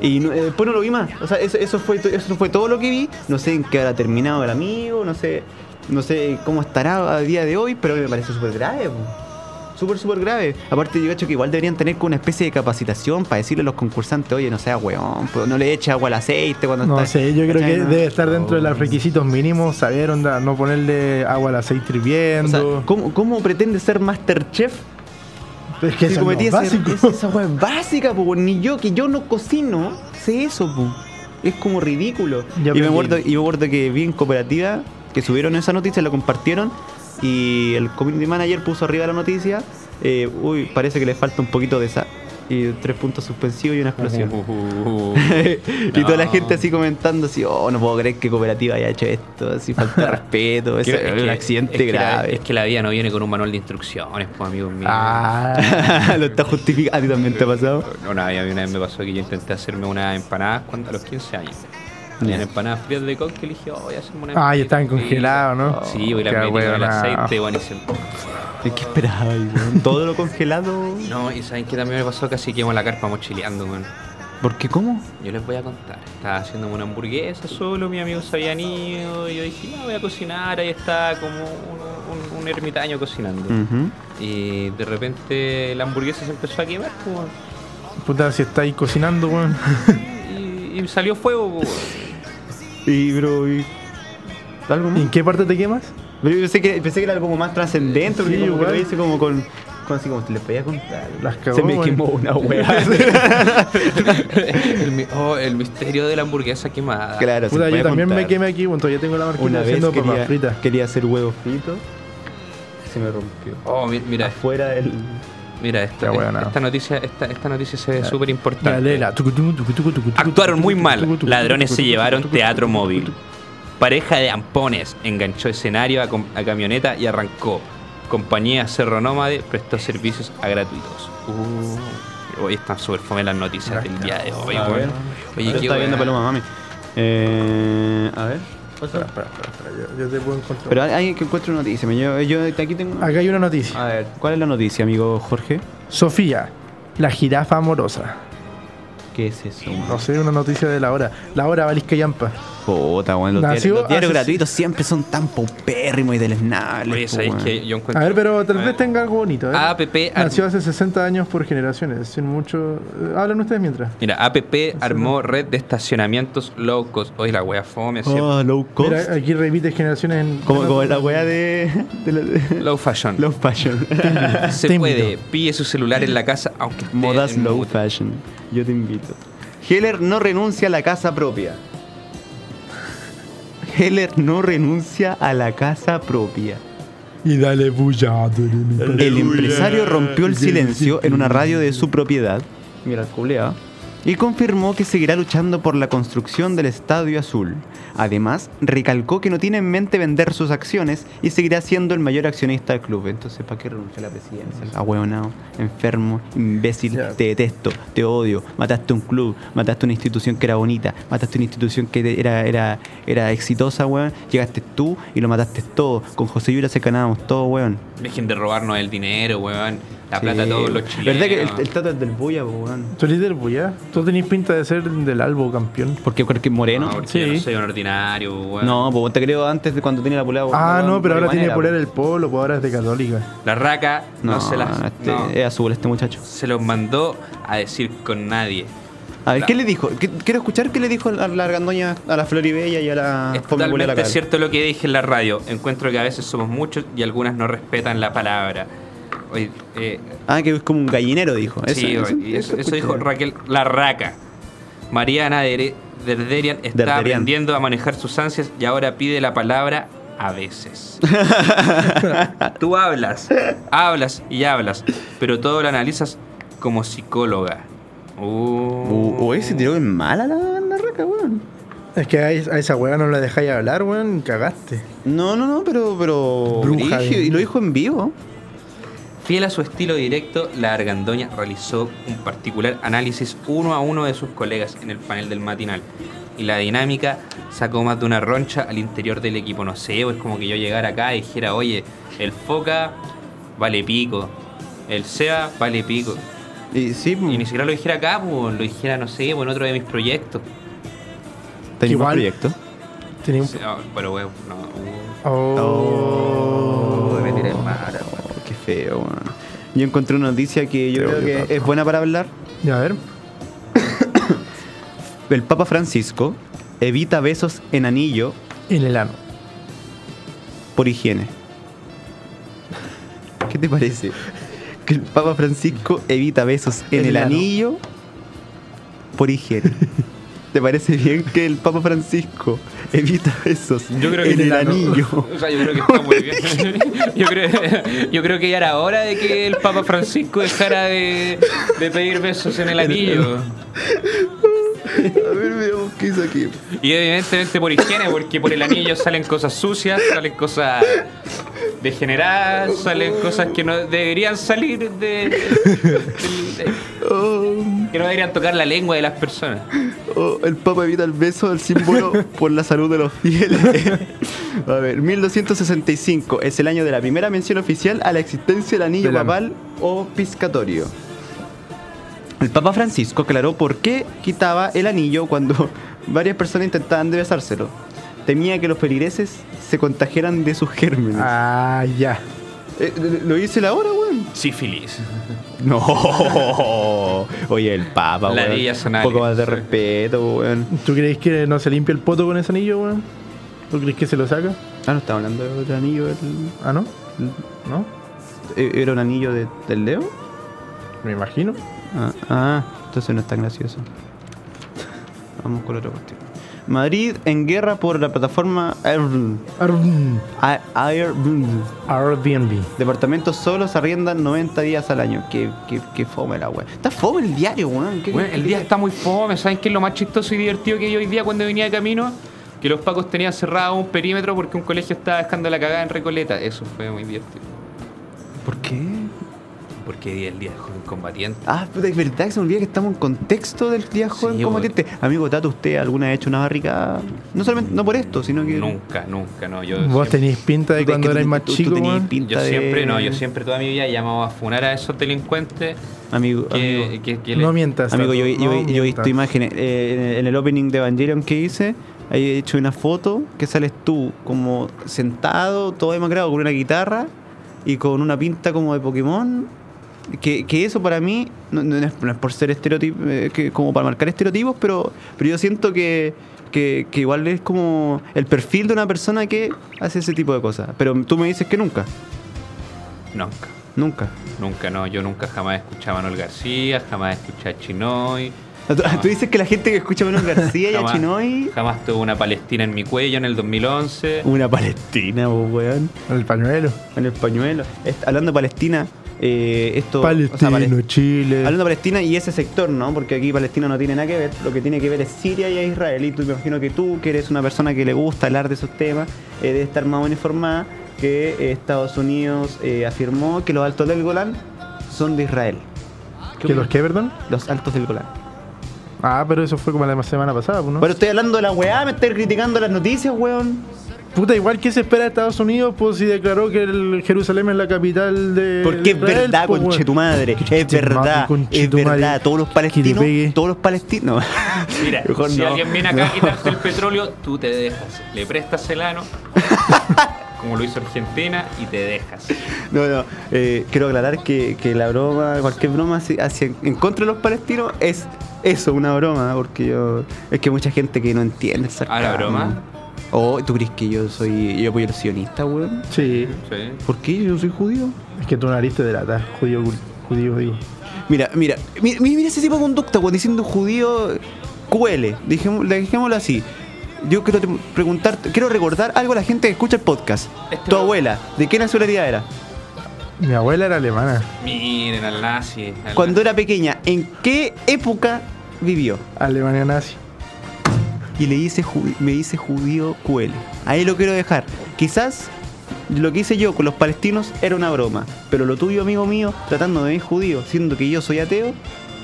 Speaker 1: Y no- eh, después no lo vi más. O sea, eso, eso fue, to- eso fue todo lo que vi. No sé en qué habrá terminado el amigo, no sé, no sé cómo estará a día de hoy, pero me parece súper grave. po. Súper, súper grave. Aparte, yo creo que igual deberían tener como una especie de capacitación para decirle a los concursantes, oye, no sea weón, po, no le eche agua al aceite cuando
Speaker 3: No
Speaker 1: está-
Speaker 3: sé, yo creo
Speaker 1: ¿cachai?
Speaker 3: que
Speaker 1: No.
Speaker 3: debe estar dentro de los requisitos mínimos, saber onda, no ponerle agua al aceite
Speaker 1: O sea,
Speaker 3: hirviendo.
Speaker 1: ¿cómo, cómo pretende ser Masterchef
Speaker 3: es que
Speaker 1: si
Speaker 3: eso no
Speaker 1: cometí
Speaker 3: es
Speaker 1: ese-
Speaker 3: básico.
Speaker 1: esa- esa hueá es básica, po, ni yo que yo no cocino sé eso, po. es como ridículo.
Speaker 3: Ya
Speaker 1: Y me,
Speaker 3: aprendí.
Speaker 1: acuerdo, y me acuerdo que vi en cooperativa que subieron esa noticia, la compartieron y el community manager puso arriba la noticia, eh, uy, parece que le falta un poquito de sal. Y tres puntos suspensivos y una
Speaker 2: Uh,
Speaker 1: explosión. y toda la
Speaker 2: No.
Speaker 1: gente así comentando así, oh, no puedo creer que cooperativa haya hecho esto, así falta de respeto, es,
Speaker 2: Creo-
Speaker 1: un
Speaker 2: que-
Speaker 1: accidente
Speaker 2: es que la-
Speaker 1: grave.
Speaker 2: es que la vida no viene con un manual de instrucciones, pues, amigos míos.
Speaker 3: Ah,
Speaker 1: Lo está justificando. ¿A ti también te ha pasado?
Speaker 2: Una vez, a mí una vez me pasó que yo intenté hacerme unas empanadas cuando, a los 15 años. Tenían
Speaker 1: Ya.
Speaker 2: empanadas frías de coque y le dije, oh, voy a hacerme una
Speaker 3: ah, ya están congelados, ¿no?
Speaker 2: Sí, y la
Speaker 3: Qué
Speaker 2: metí con el
Speaker 3: buena.
Speaker 2: aceite, bueno, y se...
Speaker 1: Es que esperaba, ahí, weón. Todo lo congelado.
Speaker 2: No, y saben que también me pasó casi quemo la carpa mochileando, bueno.
Speaker 1: ¿Por qué cómo?
Speaker 2: Yo les voy a contar. Estaba haciéndome una hamburguesa solo, mis amigos se habían ido, y yo dije, no, voy a cocinar, ahí está como un, un- un ermitaño cocinando.
Speaker 3: Mm.
Speaker 2: Y de repente la hamburguesa se empezó a quemar, pues, bueno.
Speaker 3: Puta, si estáis cocinando, weón.
Speaker 2: y, y salió fuego, pues, bueno.
Speaker 1: Y, bro, y... ¿Algo
Speaker 3: ¿Y
Speaker 1: más?
Speaker 3: ¿En qué parte te quemas?
Speaker 1: Pero yo pensé que, pensé que era algo como más trascendente, porque
Speaker 3: Sí,
Speaker 1: como que
Speaker 3: igual.
Speaker 1: lo hice como con... con así como, les podía contar.
Speaker 3: Las cagó,
Speaker 1: Se me
Speaker 3: weón.
Speaker 1: quemó una hueá.
Speaker 2: el, mi- oh, el misterio de la hamburguesa quemada.
Speaker 1: claro, se
Speaker 3: Puta,
Speaker 1: podía
Speaker 3: yo también me
Speaker 1: contar.
Speaker 3: quemé aquí, bueno, todavía tengo la marquita
Speaker 1: Una vez
Speaker 3: haciendo papas fritas.
Speaker 1: quería, quería hacer huevos fritos. Se me rompió.
Speaker 2: Oh, mi- mira,
Speaker 1: Afuera del...
Speaker 2: mira, esta,
Speaker 3: Ya, bueno, no.
Speaker 2: esta noticia, esta, esta noticia se ve súper
Speaker 3: Ya,
Speaker 2: importante.
Speaker 3: léela. Tucu, tucu, tucu, tucu, tucu, tucu,
Speaker 2: Actuaron
Speaker 3: tucu,
Speaker 2: muy
Speaker 3: tucu, tucu,
Speaker 2: mal.
Speaker 3: tucu,
Speaker 2: Ladrones
Speaker 3: tucu,
Speaker 2: se
Speaker 3: tucu,
Speaker 2: llevaron
Speaker 3: tucu,
Speaker 2: teatro
Speaker 3: tucu,
Speaker 2: móvil.
Speaker 3: tucu,
Speaker 2: Pareja de ampones enganchó escenario a, com- a camioneta y arrancó. Compañía Cerro Nómade prestó servicios a gratuitos. Uh, hoy están súper fome las noticias del día de
Speaker 3: Ah,
Speaker 2: hoy,
Speaker 1: A
Speaker 2: weón.
Speaker 1: ver.
Speaker 2: Oye,
Speaker 1: Ahora
Speaker 2: qué
Speaker 1: está viendo
Speaker 2: weá.
Speaker 1: Paloma, mami. Eh, a ver.
Speaker 3: Espera, espera, espera, espera, yo- Yo te puedo encontrar.
Speaker 1: Pero hay alguien que encuentre una noticia. me- Yo, yo aquí tengo...
Speaker 3: Acá hay una noticia.
Speaker 1: A ver, ¿cuál es la noticia, amigo Jorge?
Speaker 3: Sofía, la jirafa amorosa.
Speaker 1: ¿Qué es eso?
Speaker 3: No sé, una noticia de la hora. La hora Valisca Yampa.
Speaker 1: Puta, weón, los,
Speaker 3: Nació
Speaker 1: diarios, los diarios
Speaker 3: hace-
Speaker 1: gratuitos siempre son tan paupérrimos y deleznables.
Speaker 2: Oye,
Speaker 1: po,
Speaker 2: ¿sabéis
Speaker 1: weón.
Speaker 2: que yo encuentro...
Speaker 3: A ver, pero tal
Speaker 2: A
Speaker 3: vez
Speaker 2: ver.
Speaker 3: tenga algo bonito. ¿eh?
Speaker 2: APP ar-
Speaker 3: Nació hace 60 años por generaciones, sin mucho. eh, hablan ustedes mientras.
Speaker 2: Mira, APP armó red de estacionamientos locos. Hoy la wea fome, ¿cierto?
Speaker 1: Oh, low cost.
Speaker 3: Mira, eh, aquí repite generaciones en.
Speaker 1: como, como la weá de, de, la- de-
Speaker 2: Low fashion.
Speaker 1: Oh. Low fashion.
Speaker 2: Se
Speaker 3: Te
Speaker 2: puede.
Speaker 3: invito.
Speaker 2: Pille su celular en la casa, aunque esté
Speaker 1: Modas
Speaker 2: en
Speaker 1: low
Speaker 2: mute.
Speaker 1: fashion. Yo te invito. Heller no renuncia a la casa propia. Heller no renuncia a la casa propia.
Speaker 3: Y dale bulla.
Speaker 1: El empresario rompió el silencio en una radio de su propiedad. Mira, el culeado. y confirmó que seguirá luchando por la construcción del Estadio Azul. Además, recalcó que no tiene en mente vender sus acciones y seguirá siendo el mayor accionista del club. Entonces, ¿para qué renuncia a la presidencia? Ahueonado, enfermo, imbécil,
Speaker 3: Ya.
Speaker 1: te detesto, te odio, mataste un club, mataste una institución que era bonita, mataste una institución que era, era, era exitosa, weón. Llegaste tú y lo mataste todo. Con José Yura se ganábamos todo, weón.
Speaker 2: Dejen de robarnos el dinero, weón. La
Speaker 1: Sí.
Speaker 2: plata de todos los chilenos.
Speaker 1: ¿Verdad que el, el trato es del bulla, po, weón?
Speaker 3: ¿Tú eres del Buya? Tú tenés pinta de ser del Albo campeón.
Speaker 1: Porque cualquier
Speaker 2: No,
Speaker 1: moreno.
Speaker 2: porque
Speaker 3: Sí.
Speaker 2: yo no soy un ordinario, Ah, weón.
Speaker 1: No, pues te creo antes de cuando tenía la pulada.
Speaker 3: Ah, no, pero ahora tiene
Speaker 1: pulera
Speaker 3: poner el polo, pues ahora es de católica.
Speaker 2: La raca no,
Speaker 1: No,
Speaker 2: se las.
Speaker 1: este-
Speaker 2: no.
Speaker 1: es azul este muchacho.
Speaker 2: Se los mandó a decir con nadie.
Speaker 1: A ver,
Speaker 2: La-
Speaker 1: ¿qué le dijo? Qu- Quiero escuchar qué le dijo a la argandoña, a la Floribella y a la
Speaker 2: Es
Speaker 1: Fome Bolera
Speaker 2: totalmente
Speaker 1: Cabral.
Speaker 2: cierto lo que dije en la radio. Encuentro que a veces somos muchos y algunas no respetan la palabra. Oye, eh,
Speaker 1: Ah, que es como un gallinero, dijo. Eso-
Speaker 2: sí,
Speaker 1: eso-
Speaker 2: oye, y eso,
Speaker 1: eso
Speaker 2: eso dijo
Speaker 1: escuché.
Speaker 2: Raquel La Raca. Mariana Dere- Derderian está
Speaker 1: Derderian.
Speaker 2: aprendiendo a manejar sus ansias y ahora pide la palabra a veces. Tú hablas, hablas y hablas, pero todo lo analizas como psicóloga. Uh.
Speaker 1: U- Uy, se tiró en mala la, la raca, weón.
Speaker 3: Es que a es- a esa weá no la dejáis hablar, weón, cagaste.
Speaker 1: No, no, no, pero. pero
Speaker 3: Bruja
Speaker 1: brígido,
Speaker 3: de-
Speaker 1: y lo dijo en vivo.
Speaker 2: Fiel a su estilo directo, la Argandoña realizó un particular análisis uno a uno de sus colegas en el panel del matinal. Y la dinámica sacó más de una roncha al interior del equipo. No sé, es como que yo llegara acá y dijera, oye, el Foca vale pico, el SEA vale pico.
Speaker 1: Y sí,
Speaker 2: Y ni siquiera lo dijera acá, pues, lo dijera, no sé, pues, en otro de mis proyectos.
Speaker 1: tenía un
Speaker 3: Igual.
Speaker 1: proyecto.
Speaker 3: Tenía
Speaker 2: O
Speaker 3: un.
Speaker 2: sea, Pero, bueno, no. uh,
Speaker 3: Oh.
Speaker 2: me tiré en mala,
Speaker 1: Oh, qué feo, weón. Yo encontré una noticia que yo creo que es buena para hablar.
Speaker 3: Ya, a ver.
Speaker 1: El Papa Francisco evita besos en anillo
Speaker 3: En el ano.
Speaker 1: por higiene. ¿Qué te parece? Que el Papa Francisco evita besos en
Speaker 3: En
Speaker 1: el,
Speaker 3: el ano.
Speaker 1: anillo por higiene. ¿Te parece bien que el Papa Francisco evita besos
Speaker 2: Yo creo que
Speaker 1: en el
Speaker 3: ano.
Speaker 1: anillo?
Speaker 2: O sea, yo creo que está muy bien. Yo creo, yo creo que ya era hora de que el Papa Francisco dejara de, de pedir besos en el anillo.
Speaker 1: A ver, veamos qué hizo aquí.
Speaker 2: Y evidentemente por higiene, porque por el anillo salen cosas sucias, salen cosas degeneradas, salen cosas que no deberían salir de, del-
Speaker 1: Oh,
Speaker 2: que no deberían tocar la lengua de las personas.
Speaker 1: oh, el Papa evita el beso del símbolo por la salud de los fieles. A ver, 1265 es el año de la primera mención oficial a la existencia del anillo
Speaker 3: Del ano.
Speaker 1: papal o piscatorio. El Papa Francisco aclaró por qué quitaba el anillo cuando varias personas intentaban de besárselo. Temía que los feligreses se contagiaran de sus gérmenes.
Speaker 3: Ah, ya.
Speaker 1: Eh, ¿Lo hice la hora, weón?
Speaker 2: Sífilis.
Speaker 1: No. Oye, el Papa,
Speaker 2: La
Speaker 1: weón.
Speaker 2: Villa
Speaker 1: Un
Speaker 2: Sonaria.
Speaker 1: poco más de
Speaker 2: Sí.
Speaker 1: respeto, weón.
Speaker 3: ¿Tú crees que no se limpia el poto con ese anillo, weón? ¿Tú crees que se lo saca?
Speaker 1: Ah, no estaba hablando de otro anillo. el-
Speaker 3: Ah, no. ¿No?
Speaker 1: eh, ¿Era un anillo de- del Leo?
Speaker 3: Me imagino.
Speaker 1: Ah, ah, entonces no es tan gracioso. Vamos con otra cuestión. Madrid en guerra por la plataforma Airbnb.
Speaker 3: Arr-
Speaker 1: A- Airbnb.
Speaker 3: Airbnb.
Speaker 1: Departamentos solos arriendan 90 días al año. Qué, qué, qué fome la weón. Está fome el diario, weón. ¿Qué-
Speaker 2: Bueno, el
Speaker 1: qué-
Speaker 2: día está muy fome, ¿saben qué es lo más chistoso y divertido que yo hoy día cuando venía de camino? Que los pacos tenían cerrado un perímetro porque un colegio estaba dejando la cagada en Recoleta. Eso fue muy divertido.
Speaker 1: ¿Por qué?
Speaker 2: Porque hoy día es el día del joven combatiente.
Speaker 1: Ah, puta, es verdad que se me olvida que estamos en contexto del día joven
Speaker 2: Sí,
Speaker 1: combatiente. Amigo Tato, ¿usted alguna vez ha hecho una barricada? No solamente, no por esto, sino que.
Speaker 2: Nunca, nunca, no. Yo
Speaker 3: Vos
Speaker 2: siempre,
Speaker 3: tenéis pinta
Speaker 1: Puta,
Speaker 3: de
Speaker 1: es que
Speaker 3: cuando
Speaker 1: tú-
Speaker 3: erais más
Speaker 1: tú- tú
Speaker 3: chico,
Speaker 1: tenías
Speaker 3: weón.
Speaker 1: pinta
Speaker 2: yo
Speaker 1: de-
Speaker 2: siempre, no, yo siempre toda mi vida he llamado a funar a esos delincuentes
Speaker 1: Amigo, amigo.
Speaker 2: que, que, que le-
Speaker 3: No mientas.
Speaker 1: Amigo, yo,
Speaker 3: Tato,
Speaker 1: yo-
Speaker 3: no
Speaker 1: yo he visto
Speaker 3: mientas.
Speaker 1: imágenes. eh, en el- en el opening de Evangelion que hice, ahí he hecho una foto que sales tú como sentado, todo demacrado, con una guitarra y con una pinta como de Pokémon. Que, que eso para mí, no, no es, no es por ser estereotipo, que como para marcar estereotipos, pero, pero yo siento que, que, que igual es como el perfil de una persona que hace ese tipo de cosas. Pero tú me dices que nunca,
Speaker 2: Nunca,
Speaker 1: nunca.
Speaker 2: nunca, no. Yo nunca jamás escuché a Manuel García, jamás escuché a Chinoy.
Speaker 1: Tú,
Speaker 2: jamás-
Speaker 1: tú dices que la gente que escucha a Manuel García y a
Speaker 2: jamás-
Speaker 1: Chinoy...
Speaker 2: Jamás tuve una Palestina en mi cuello en el 2011.
Speaker 1: Una Palestina, po, weón.
Speaker 3: El pañuelo.
Speaker 1: En el pañuelo. Est- hablando de Palestina, eh, esto.
Speaker 3: Palestino,
Speaker 1: o sea, Palest-
Speaker 3: Chile.
Speaker 1: Hablando de Palestina y ese sector, ¿no? Porque aquí Palestina no tiene nada que ver. Lo que tiene que ver es Siria y Israel. Y tú me imagino que tú, que eres una persona que le gusta hablar de esos temas, eh, debes estar más o menos informada que eh, Estados Unidos eh, afirmó que los altos del Golán son de Israel. ¿Qué
Speaker 3: ¿Que
Speaker 1: opinas?
Speaker 3: los qué, perdón?
Speaker 1: Los altos del Golán.
Speaker 3: Ah, pero eso fue como la semana pasada, pues, ¿no?
Speaker 1: Bueno, estoy hablando de la weá, me estoy criticando las noticias, weón.
Speaker 3: Puta, igual que se espera de Estados Unidos, pues si declaró que el Jerusalén es la capital de.
Speaker 1: Porque es
Speaker 3: Israel,
Speaker 1: verdad,
Speaker 3: pues,
Speaker 1: conche tu
Speaker 3: weón.
Speaker 1: madre. Es
Speaker 3: Conche tu madre,
Speaker 1: verdad,
Speaker 3: conche
Speaker 1: es
Speaker 3: tu madre.
Speaker 1: verdad. Todos los
Speaker 3: Que le pegue.
Speaker 1: palestinos, todos los palestinos.
Speaker 4: Mira,
Speaker 1: Mejor
Speaker 4: si
Speaker 1: no.
Speaker 4: alguien viene acá a quitarte el petróleo, tú te dejas. Le prestas el ano, como lo hizo Argentina, y te dejas.
Speaker 1: No, no, eh, quiero aclarar que, que la broma, cualquier broma hacia, hacia- en contra de los palestinos es eso, una broma, porque yo. Es que mucha gente que no entiende el sarcasmo.
Speaker 4: ¿Ahora broma?
Speaker 1: Oh, ¿tú crees que yo soy. Yo apoyo a los sionistas, weón?
Speaker 3: Sí,
Speaker 2: Sí.
Speaker 1: ¿Por qué? Yo soy judío.
Speaker 3: es que tú narices de lata, judío, cul- judío, digo.
Speaker 1: Mira, mira, mira, mira ese tipo de conducta, weón, diciendo judío QL, dejémoslo, dejémoslo así. Yo quiero te- preguntar, quiero recordar algo a la gente que escucha el podcast. tu abuela, ¿de qué nacionalidad era?
Speaker 3: Mi abuela era alemana.
Speaker 4: Miren al nazi. al
Speaker 1: Cuando era pequeña, ¿en qué época vivió?
Speaker 3: Alemania nazi.
Speaker 1: y le dice ju- me dice judío QL. Ahí lo quiero dejar. Quizás lo que hice yo con los palestinos era una broma, pero lo tuyo, amigo mío, tratando de mí judío, siendo que yo soy ateo,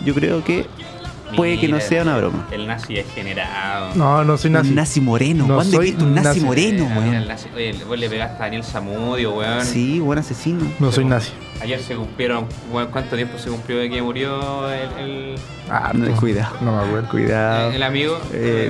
Speaker 1: yo creo que
Speaker 4: nazi.
Speaker 1: puede que no
Speaker 4: Mira,
Speaker 1: sea una broma.
Speaker 4: El nazi es generado.
Speaker 3: No, no soy nazi.
Speaker 1: Un nazi moreno,
Speaker 3: No
Speaker 1: Juan de
Speaker 3: soy
Speaker 1: Cristo, un nazi,
Speaker 3: nazi.
Speaker 1: moreno,
Speaker 4: Eh, mira, el
Speaker 1: weón.
Speaker 4: nazi. Oye, vos le pegaste a Daniel Zamudio, weón.
Speaker 1: Sí, buen asesino.
Speaker 3: No soy nazi.
Speaker 4: Ayer se cumplieron, weón, ¿cuánto tiempo se cumplió de que murió el, el,
Speaker 3: Ah,
Speaker 1: No, cuidado.
Speaker 3: No me acuerdo. Ah.
Speaker 1: Cuidado.
Speaker 4: el amigo?
Speaker 1: Eh,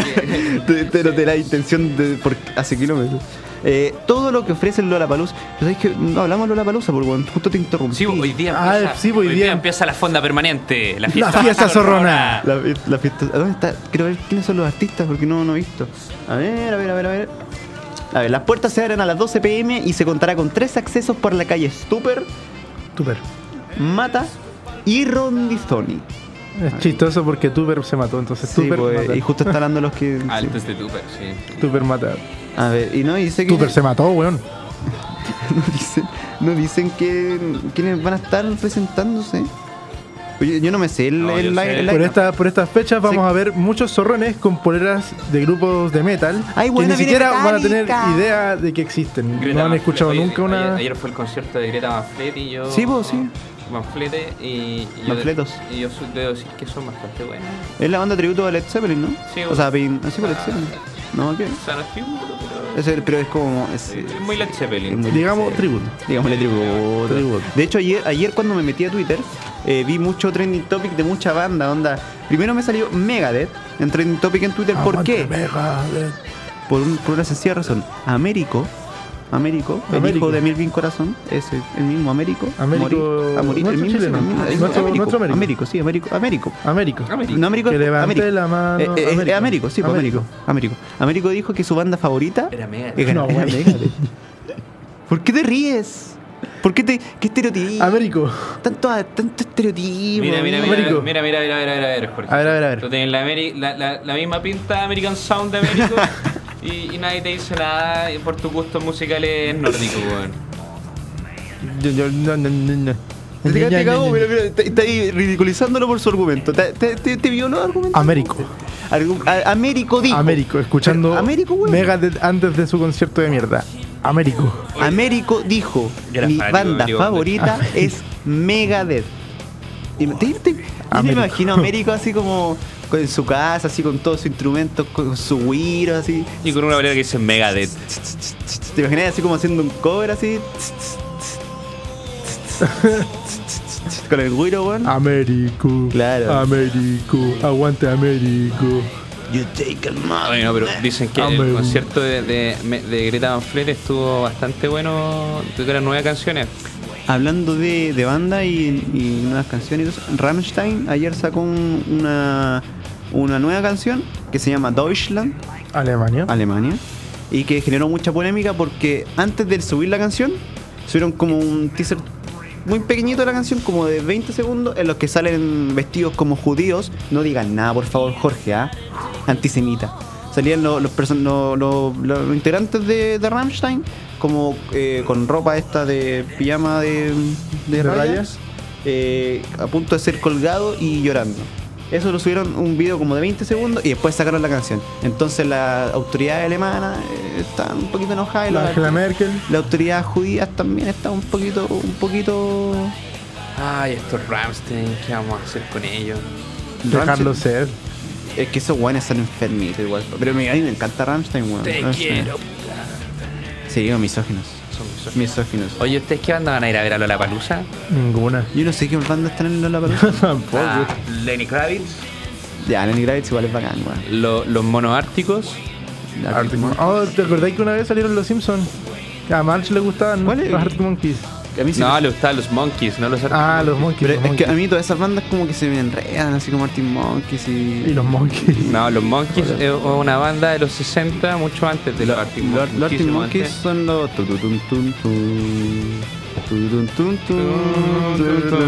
Speaker 4: Que-
Speaker 1: no. Te- te- no te da intención de por hace kilómetros. Eh, todo lo que ofrece el Lollapalooza, pero es que no hablamos de Lollapalooza porque weón, justo te interrumpí.
Speaker 4: Sí, hoy día
Speaker 3: Ah,
Speaker 4: empieza,
Speaker 3: sí, hoy
Speaker 4: hoy
Speaker 3: día.
Speaker 4: día. empieza la fonda permanente, la fiesta,
Speaker 3: fiesta zorrona.
Speaker 1: La, la fiesta. ¿a ¿Dónde está? Quiero ver quiénes son los artistas porque no, no he visto. A ver, a ver, a ver, a ver. A ver, las puertas se abren a las 12 pm y se contará con tres accesos por la calle Stuper,
Speaker 3: Tuper.
Speaker 1: Mata y Rondizoni.
Speaker 3: Es chistoso porque Tuper se mató, entonces
Speaker 1: Sí,
Speaker 3: Tuper
Speaker 1: pues,
Speaker 3: mata.
Speaker 1: y justo están hablando los que. sí.
Speaker 4: Altos de este Tupper, sí.
Speaker 3: Tuper mata.
Speaker 1: A ver, y no, y sé que.
Speaker 3: Tuper se mató, weón.
Speaker 1: no dicen, no dicen que, quiénes van a estar presentándose. Oye, yo no me sé el,
Speaker 4: No,
Speaker 1: el
Speaker 4: yo
Speaker 1: line-
Speaker 4: sé.
Speaker 1: el
Speaker 3: Por,
Speaker 1: line-
Speaker 3: esta, por estas fechas vamos
Speaker 1: Sí.
Speaker 3: a ver muchos zorrones con poleras de grupos de metal
Speaker 1: Ay,
Speaker 3: que
Speaker 1: bueno,
Speaker 3: ni
Speaker 1: viene
Speaker 3: siquiera van a tener
Speaker 1: Metallica.
Speaker 3: idea de que existen.
Speaker 4: Greta
Speaker 3: no han
Speaker 4: Van
Speaker 3: escuchado
Speaker 4: Fleet, oye,
Speaker 3: nunca una.
Speaker 4: Ayer, ayer fue el concierto de Greta Van Fleet y yo.
Speaker 1: Sí, vos, sí.
Speaker 4: Van Fleet y. y yo-
Speaker 1: Manfletos.
Speaker 4: Y yo su- debo decir que son bastante buenos.
Speaker 1: Es la banda tributo de Led Zeppelin, ¿no?
Speaker 4: Sí,
Speaker 1: o sea, Pin- así por Led Zeppelin. No, ¿qué?
Speaker 4: O sea, no estoy seguro, pero.
Speaker 1: Es el- pero es como. es-
Speaker 4: Es muy Led Zeppelin.
Speaker 1: Es muy-
Speaker 3: Digamos, tributo.
Speaker 1: Digámosle tributo.
Speaker 3: Tributo.
Speaker 1: De hecho, ayer, ayer cuando me metí a Twitter, eh, vi mucho trending topic de mucha banda, onda. Primero me salió Megadeth en trending topic en Twitter. ¿Por
Speaker 3: Ah, Aguante,
Speaker 1: qué?
Speaker 3: Megadeth.
Speaker 1: Por, un- por una sencilla razón. Américo, Américo, el
Speaker 3: Américo.
Speaker 1: hijo de Melvin Corazón, es el, el mismo Américo.
Speaker 3: Américo-
Speaker 1: Morir- a morir,
Speaker 3: nuestro
Speaker 1: el mismo,
Speaker 3: chileno.
Speaker 1: el mismo- el mismo-
Speaker 3: Nuestro- nuestro Américo.
Speaker 1: Américo, sí, Américo, Américo.
Speaker 3: Américo.
Speaker 4: Américo.
Speaker 1: No, Américo,
Speaker 3: Que
Speaker 1: es-
Speaker 3: levante
Speaker 1: Américo.
Speaker 3: la mano,
Speaker 1: Eh, eh, eh, Américo.
Speaker 3: Américo.
Speaker 1: sí, pues, Américo.
Speaker 3: Américo.
Speaker 1: Américo. Américo dijo que su banda favorita
Speaker 4: Era Megadeth.
Speaker 1: era-
Speaker 3: No,
Speaker 1: era
Speaker 3: bueno.
Speaker 1: Megadeth. ¿Por qué te ríes? ¿Por qué te qué estereotipo?
Speaker 3: Américo.
Speaker 1: Tanto, tanto estereotipo.
Speaker 4: Mira, mira, mira,
Speaker 3: Américo.
Speaker 4: mira, mira, mira, mira, mira, mira, mira, Jorge.
Speaker 3: A ver, a ver, a ver.
Speaker 4: Tú tenés la, Ameri- la, la, la misma pinta de American Sound de Américo y, y nadie te dice nada por tus gustos musicales nórdicos, weón.
Speaker 3: Yo- yo- no, no, no, no.
Speaker 1: Te
Speaker 3: Ya, ya,
Speaker 1: dejaste
Speaker 3: ya,
Speaker 1: cagado,
Speaker 3: ya.
Speaker 1: pero mira, está- está ahí ridiculizándolo por su argumento. ¿Te, te, te- te violó el argumento?
Speaker 3: Américo.
Speaker 1: Algu- a- Ah. Américo dijo.
Speaker 3: Américo, escuchando
Speaker 1: Pero, Américo, weón.
Speaker 3: Megadeth antes de su concierto de mierda. Américo.
Speaker 1: Américo dijo,
Speaker 4: Yo era
Speaker 1: mi
Speaker 4: fanático de
Speaker 1: banda
Speaker 4: Américo
Speaker 1: favorita es Megadeth. Y me- te- te- yo me
Speaker 3: Américo.
Speaker 1: imagino a Américo así como con- en su casa, así con todos sus instrumentos, con su güiro, así.
Speaker 2: Y con una bolera que dice Megadeth.
Speaker 1: ¿Te imaginas así como haciendo un cover así? Con el güiro, weón.
Speaker 4: Ah.
Speaker 3: Américo.
Speaker 1: Claro.
Speaker 3: Américo. Aguante Américo.
Speaker 1: You take a
Speaker 2: Ah,
Speaker 1: mother.
Speaker 2: Bueno, pero dicen que el
Speaker 3: Amén.
Speaker 2: concierto de, de- de Greta Van Fleet estuvo bastante bueno, creo que eran nueve canciones.
Speaker 1: Hablando de, de banda y, y nuevas canciones, y todo eso, Rammstein ayer sacó un- una, una nueva canción que se llama Deutschland,
Speaker 3: Alemania.
Speaker 1: Alemania, y que generó mucha polémica porque antes de subir la canción, subieron como un teaser muy pequeñito de la canción, como de 20 segundos, en los que salen vestidos como judíos. No digan nada, por favor, Jorge, ¿ah? antisemita. Salían los, los, person- los- los- los integrantes de, de Rammstein como eh, con ropa esta de pijama de, de
Speaker 3: ¿De
Speaker 1: rayas,
Speaker 3: rayas?
Speaker 1: eh, a punto de ser colgado y llorando. Eso lo subieron un video como de 20 segundos y después sacaron la canción. Entonces las autoridades alemanas eh, están un poquito enojadas y
Speaker 3: La
Speaker 1: los-
Speaker 3: Angela Merkel.
Speaker 1: las autoridades judías también están un poquito, un poquito
Speaker 4: Ay, estos Ramstein, ¿qué vamos a hacer con ellos?
Speaker 3: Dejarlo ser.
Speaker 1: Es que esos guanes están enfermitos igual. Pero me- a mí me encanta Rammstein, weón.
Speaker 4: Te
Speaker 1: Rammstein.
Speaker 4: quiero.
Speaker 1: Sí, digo misóginos.
Speaker 4: Son mis ojos.
Speaker 1: Misóginos.
Speaker 4: Oye, ¿ustedes qué banda van a ir a ver a Lollapalooza?
Speaker 3: Ninguna.
Speaker 1: Yo no sé qué banda están en la palabra.
Speaker 3: Tampoco.
Speaker 4: Ah, Lenny Kravitz.
Speaker 1: ya, Lenny Kravitz igual es bacán, weón.
Speaker 4: Lo- los monos árticos.
Speaker 3: Arctic Mon- Oh, ¿te acordáis que una vez salieron los Simpsons? A March le gustaban
Speaker 1: ¿Cuál es?
Speaker 3: los Arctic Monkeys.
Speaker 1: A mí sí
Speaker 4: No,
Speaker 1: me-
Speaker 4: le gustan los monkeys, no los árticos.
Speaker 3: Ah, los Monkeys.
Speaker 1: Pero
Speaker 3: los
Speaker 1: es que a
Speaker 3: Monkeys.
Speaker 1: mí todas esas bandas como que se me enredan, así como Martin Monkeys
Speaker 3: Y
Speaker 1: y...
Speaker 3: los Monkeys.
Speaker 2: No, los Monkeys es una banda de los 60, mucho antes de los Arctic
Speaker 1: Los
Speaker 2: Monkeys.
Speaker 1: Martin
Speaker 2: muchísimo
Speaker 1: Monkeys
Speaker 2: antes.
Speaker 1: son los... turutum, tum, tum. Turutum, tum, tum,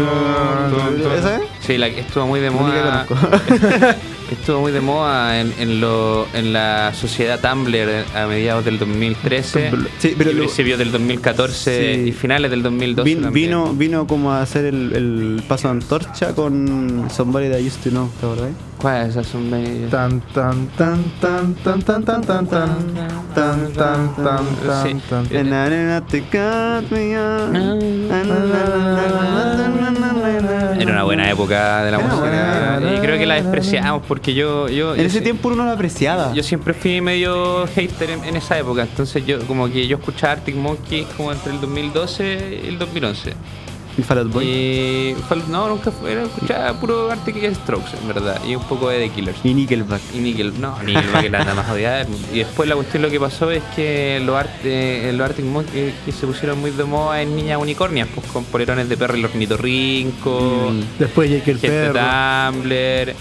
Speaker 1: turutum. ¿Esa es?
Speaker 2: Sí, la, que estuvo muy de
Speaker 1: única
Speaker 2: moda.
Speaker 1: que
Speaker 2: estuvo muy de moda en, en, lo, en la sociedad Tumblr a mediados del 2013.
Speaker 1: Sí, pero
Speaker 2: y
Speaker 1: lo-
Speaker 2: principios del 2014
Speaker 1: Sí.
Speaker 2: y finales del 2012.
Speaker 1: Vin-
Speaker 2: también.
Speaker 1: vino, vino como a hacer el, el paso de antorcha con Somebody That I Used To Know, ¿te acordás?
Speaker 2: ¿Cuáles esas son medias?
Speaker 3: Tan tan tan tan tan tan tan tan tan tan tan tan tan
Speaker 2: Sí.
Speaker 3: tan
Speaker 1: And I didn't have to cut me off.
Speaker 2: Era una buena época de la
Speaker 1: Era
Speaker 2: música.
Speaker 1: buena.
Speaker 2: Y creo que la despreciamos porque yo. yo
Speaker 1: En
Speaker 2: yo
Speaker 1: ese
Speaker 2: sí-
Speaker 1: tiempo uno lo apreciaba.
Speaker 2: Yo siempre fui medio hater en, en esa época, entonces yo como que yo escuchaba Arctic Monkeys como entre el 2012 y el 2011.
Speaker 1: Y Fall Out
Speaker 2: Eh,
Speaker 1: Boy.
Speaker 2: Y fal- no, nunca fue, era- escuchaba puro Arctic y Strokes en verdad, y un poco de The Killers.
Speaker 1: Y Nickelback.
Speaker 2: Y Nickel, no, Nickelback es la banda más odiada del mundo. Y después la cuestión lo que pasó es que los, art- eh, los Arctic Monkeys que se pusieron muy de moda en niñas unicornias, pues con polerones de perro y el ornitorrinco,
Speaker 3: Después Jake el
Speaker 2: gente de
Speaker 3: perro.
Speaker 2: Tumblr,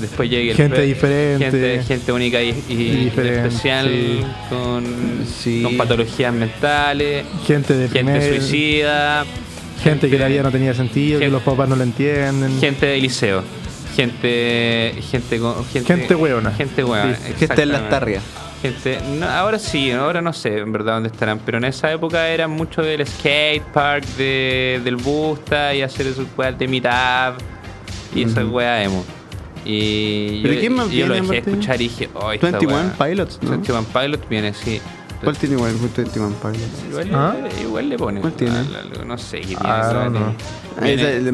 Speaker 2: después llega el
Speaker 3: Gente
Speaker 2: perro,
Speaker 3: diferente.
Speaker 2: gente, gente única y, y- y
Speaker 3: diferente,
Speaker 2: especial,
Speaker 3: sí.
Speaker 2: con,
Speaker 1: Sí.
Speaker 2: con patologías mentales,
Speaker 3: Gente de
Speaker 2: gente
Speaker 3: primer,
Speaker 2: suicida,
Speaker 3: gente que la vida no tenía sentido, que
Speaker 2: gente-
Speaker 3: los papás no la entienden.
Speaker 2: gente de liceo, gente, gente, con- gente,
Speaker 3: Gente hueona.
Speaker 2: gente hueona,
Speaker 3: Sí.
Speaker 1: Que está en las
Speaker 2: exactamente.
Speaker 1: tarrias.
Speaker 2: Gente, no, ahora sí, ahora no sé en verdad dónde estarán, pero en esa época era mucho del skate park, de- del busta y hacer esos weas de meetup y esas weas emo. Y
Speaker 1: ¿Pero
Speaker 2: yo,
Speaker 1: quién más
Speaker 2: y yo lo
Speaker 1: viene,
Speaker 2: dejé de
Speaker 1: Martín?
Speaker 2: escuchar y dije, oh, esta
Speaker 1: 21
Speaker 2: wea".
Speaker 1: Pilots, ¿no?
Speaker 2: 21 Pilot viene, sí.
Speaker 1: ¿Cuál tiene igual? 21 Pilots.
Speaker 2: Igual,
Speaker 3: ¿Ah?
Speaker 2: le, igual le pone.
Speaker 1: ¿Cuál tiene?
Speaker 2: al- al- no sé qué tiene.
Speaker 3: Ah,
Speaker 2: esa wea,
Speaker 3: no, no.
Speaker 1: Ah,
Speaker 2: tiene-
Speaker 1: esa
Speaker 2: Viene,
Speaker 1: es de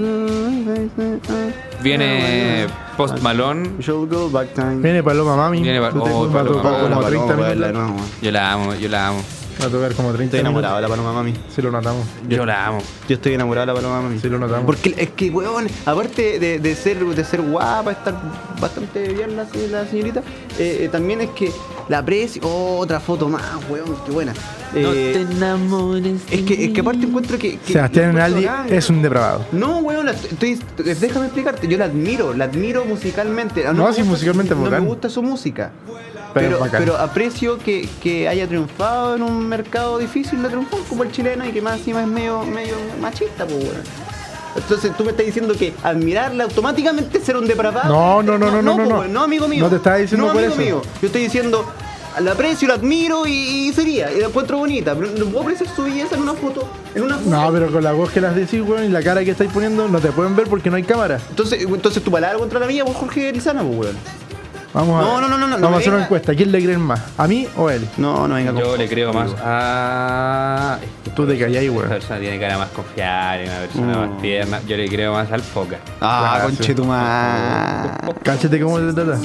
Speaker 1: mine Ah,
Speaker 2: viene Post Malone.
Speaker 1: You'll go back time.
Speaker 3: Viene Paloma Mami.
Speaker 2: Viene Pa-
Speaker 3: Yo
Speaker 2: oh,
Speaker 3: tengo- va a
Speaker 2: Paloma
Speaker 1: Oh,
Speaker 3: tocar
Speaker 2: Mami.
Speaker 1: la
Speaker 3: como 30
Speaker 1: paloma, la
Speaker 3: minutos.
Speaker 1: no,
Speaker 2: Yo la amo, yo la amo.
Speaker 3: Va a tocar como 30
Speaker 1: Estoy enamorado
Speaker 3: minutos.
Speaker 1: de la paloma mami.
Speaker 3: Si lo notamos.
Speaker 2: Yo la amo.
Speaker 1: Yo estoy enamorado de la paloma mami.
Speaker 3: Sí, lo notamos.
Speaker 1: Porque es que, weón, aparte de, de ser, de ser guapa, estar bastante bien la, la señorita, eh, eh, también es que la aprecio. Oh, otra foto más, weón, qué buena. Eh,
Speaker 4: enamores.
Speaker 1: es, que, es que aparte encuentro que. que
Speaker 3: Sebastián
Speaker 1: la
Speaker 3: Enaldi
Speaker 1: encuentro bacán.
Speaker 3: es un depravado.
Speaker 1: No, weón, la estoy- estoy- déjame explicarte. Yo la admiro, la admiro musicalmente.
Speaker 3: No,
Speaker 1: me
Speaker 3: sí,
Speaker 1: gusta-
Speaker 3: musicalmente es
Speaker 1: No me
Speaker 3: bacán.
Speaker 1: gusta su música.
Speaker 3: Pero
Speaker 1: Pero,
Speaker 3: es bacán.
Speaker 1: pero aprecio que, que haya triunfado en un mercado difícil de triunfar como el chileno y que más encima es medio, medio machista, pues, weón. Entonces tú me estás diciendo que admirarla automáticamente es ser un depravado.
Speaker 3: No, no, no, no, no,
Speaker 1: po,
Speaker 3: no, no.
Speaker 1: weón, amigo mío.
Speaker 3: No te estaba diciendo
Speaker 1: No,
Speaker 3: por
Speaker 1: amigo
Speaker 3: eso.
Speaker 1: mío. Yo estoy diciendo, la aprecio, la admiro y, y sería. Y la encuentro bonita. Pero no puedo apreciar su belleza en una foto. En una foto.
Speaker 3: No, pero con la voz que las decís, weón, y la cara que estáis poniendo, no te pueden ver porque no hay cámara.
Speaker 1: Entonces, entonces tu palabra contra la mía, vos Jorge Lizana, pues weón.
Speaker 3: Vamos a
Speaker 1: No,
Speaker 3: ver.
Speaker 1: no, no, no, no,
Speaker 3: Vamos
Speaker 1: no
Speaker 3: a hacer
Speaker 1: me
Speaker 3: una
Speaker 1: diga-
Speaker 3: encuesta. ¿Quién le creen más? ¿A mí o a él?
Speaker 1: No, no venga con.
Speaker 2: Yo le creo más a.
Speaker 3: Tú te calláis,
Speaker 2: Esta
Speaker 3: weón.
Speaker 2: persona tiene cara más confiada, una persona
Speaker 1: Mm.
Speaker 2: más tierna. Yo le creo más al foca.
Speaker 1: Ah,
Speaker 3: Claro,
Speaker 1: conchetumá.
Speaker 3: Cáchate cómo te trata.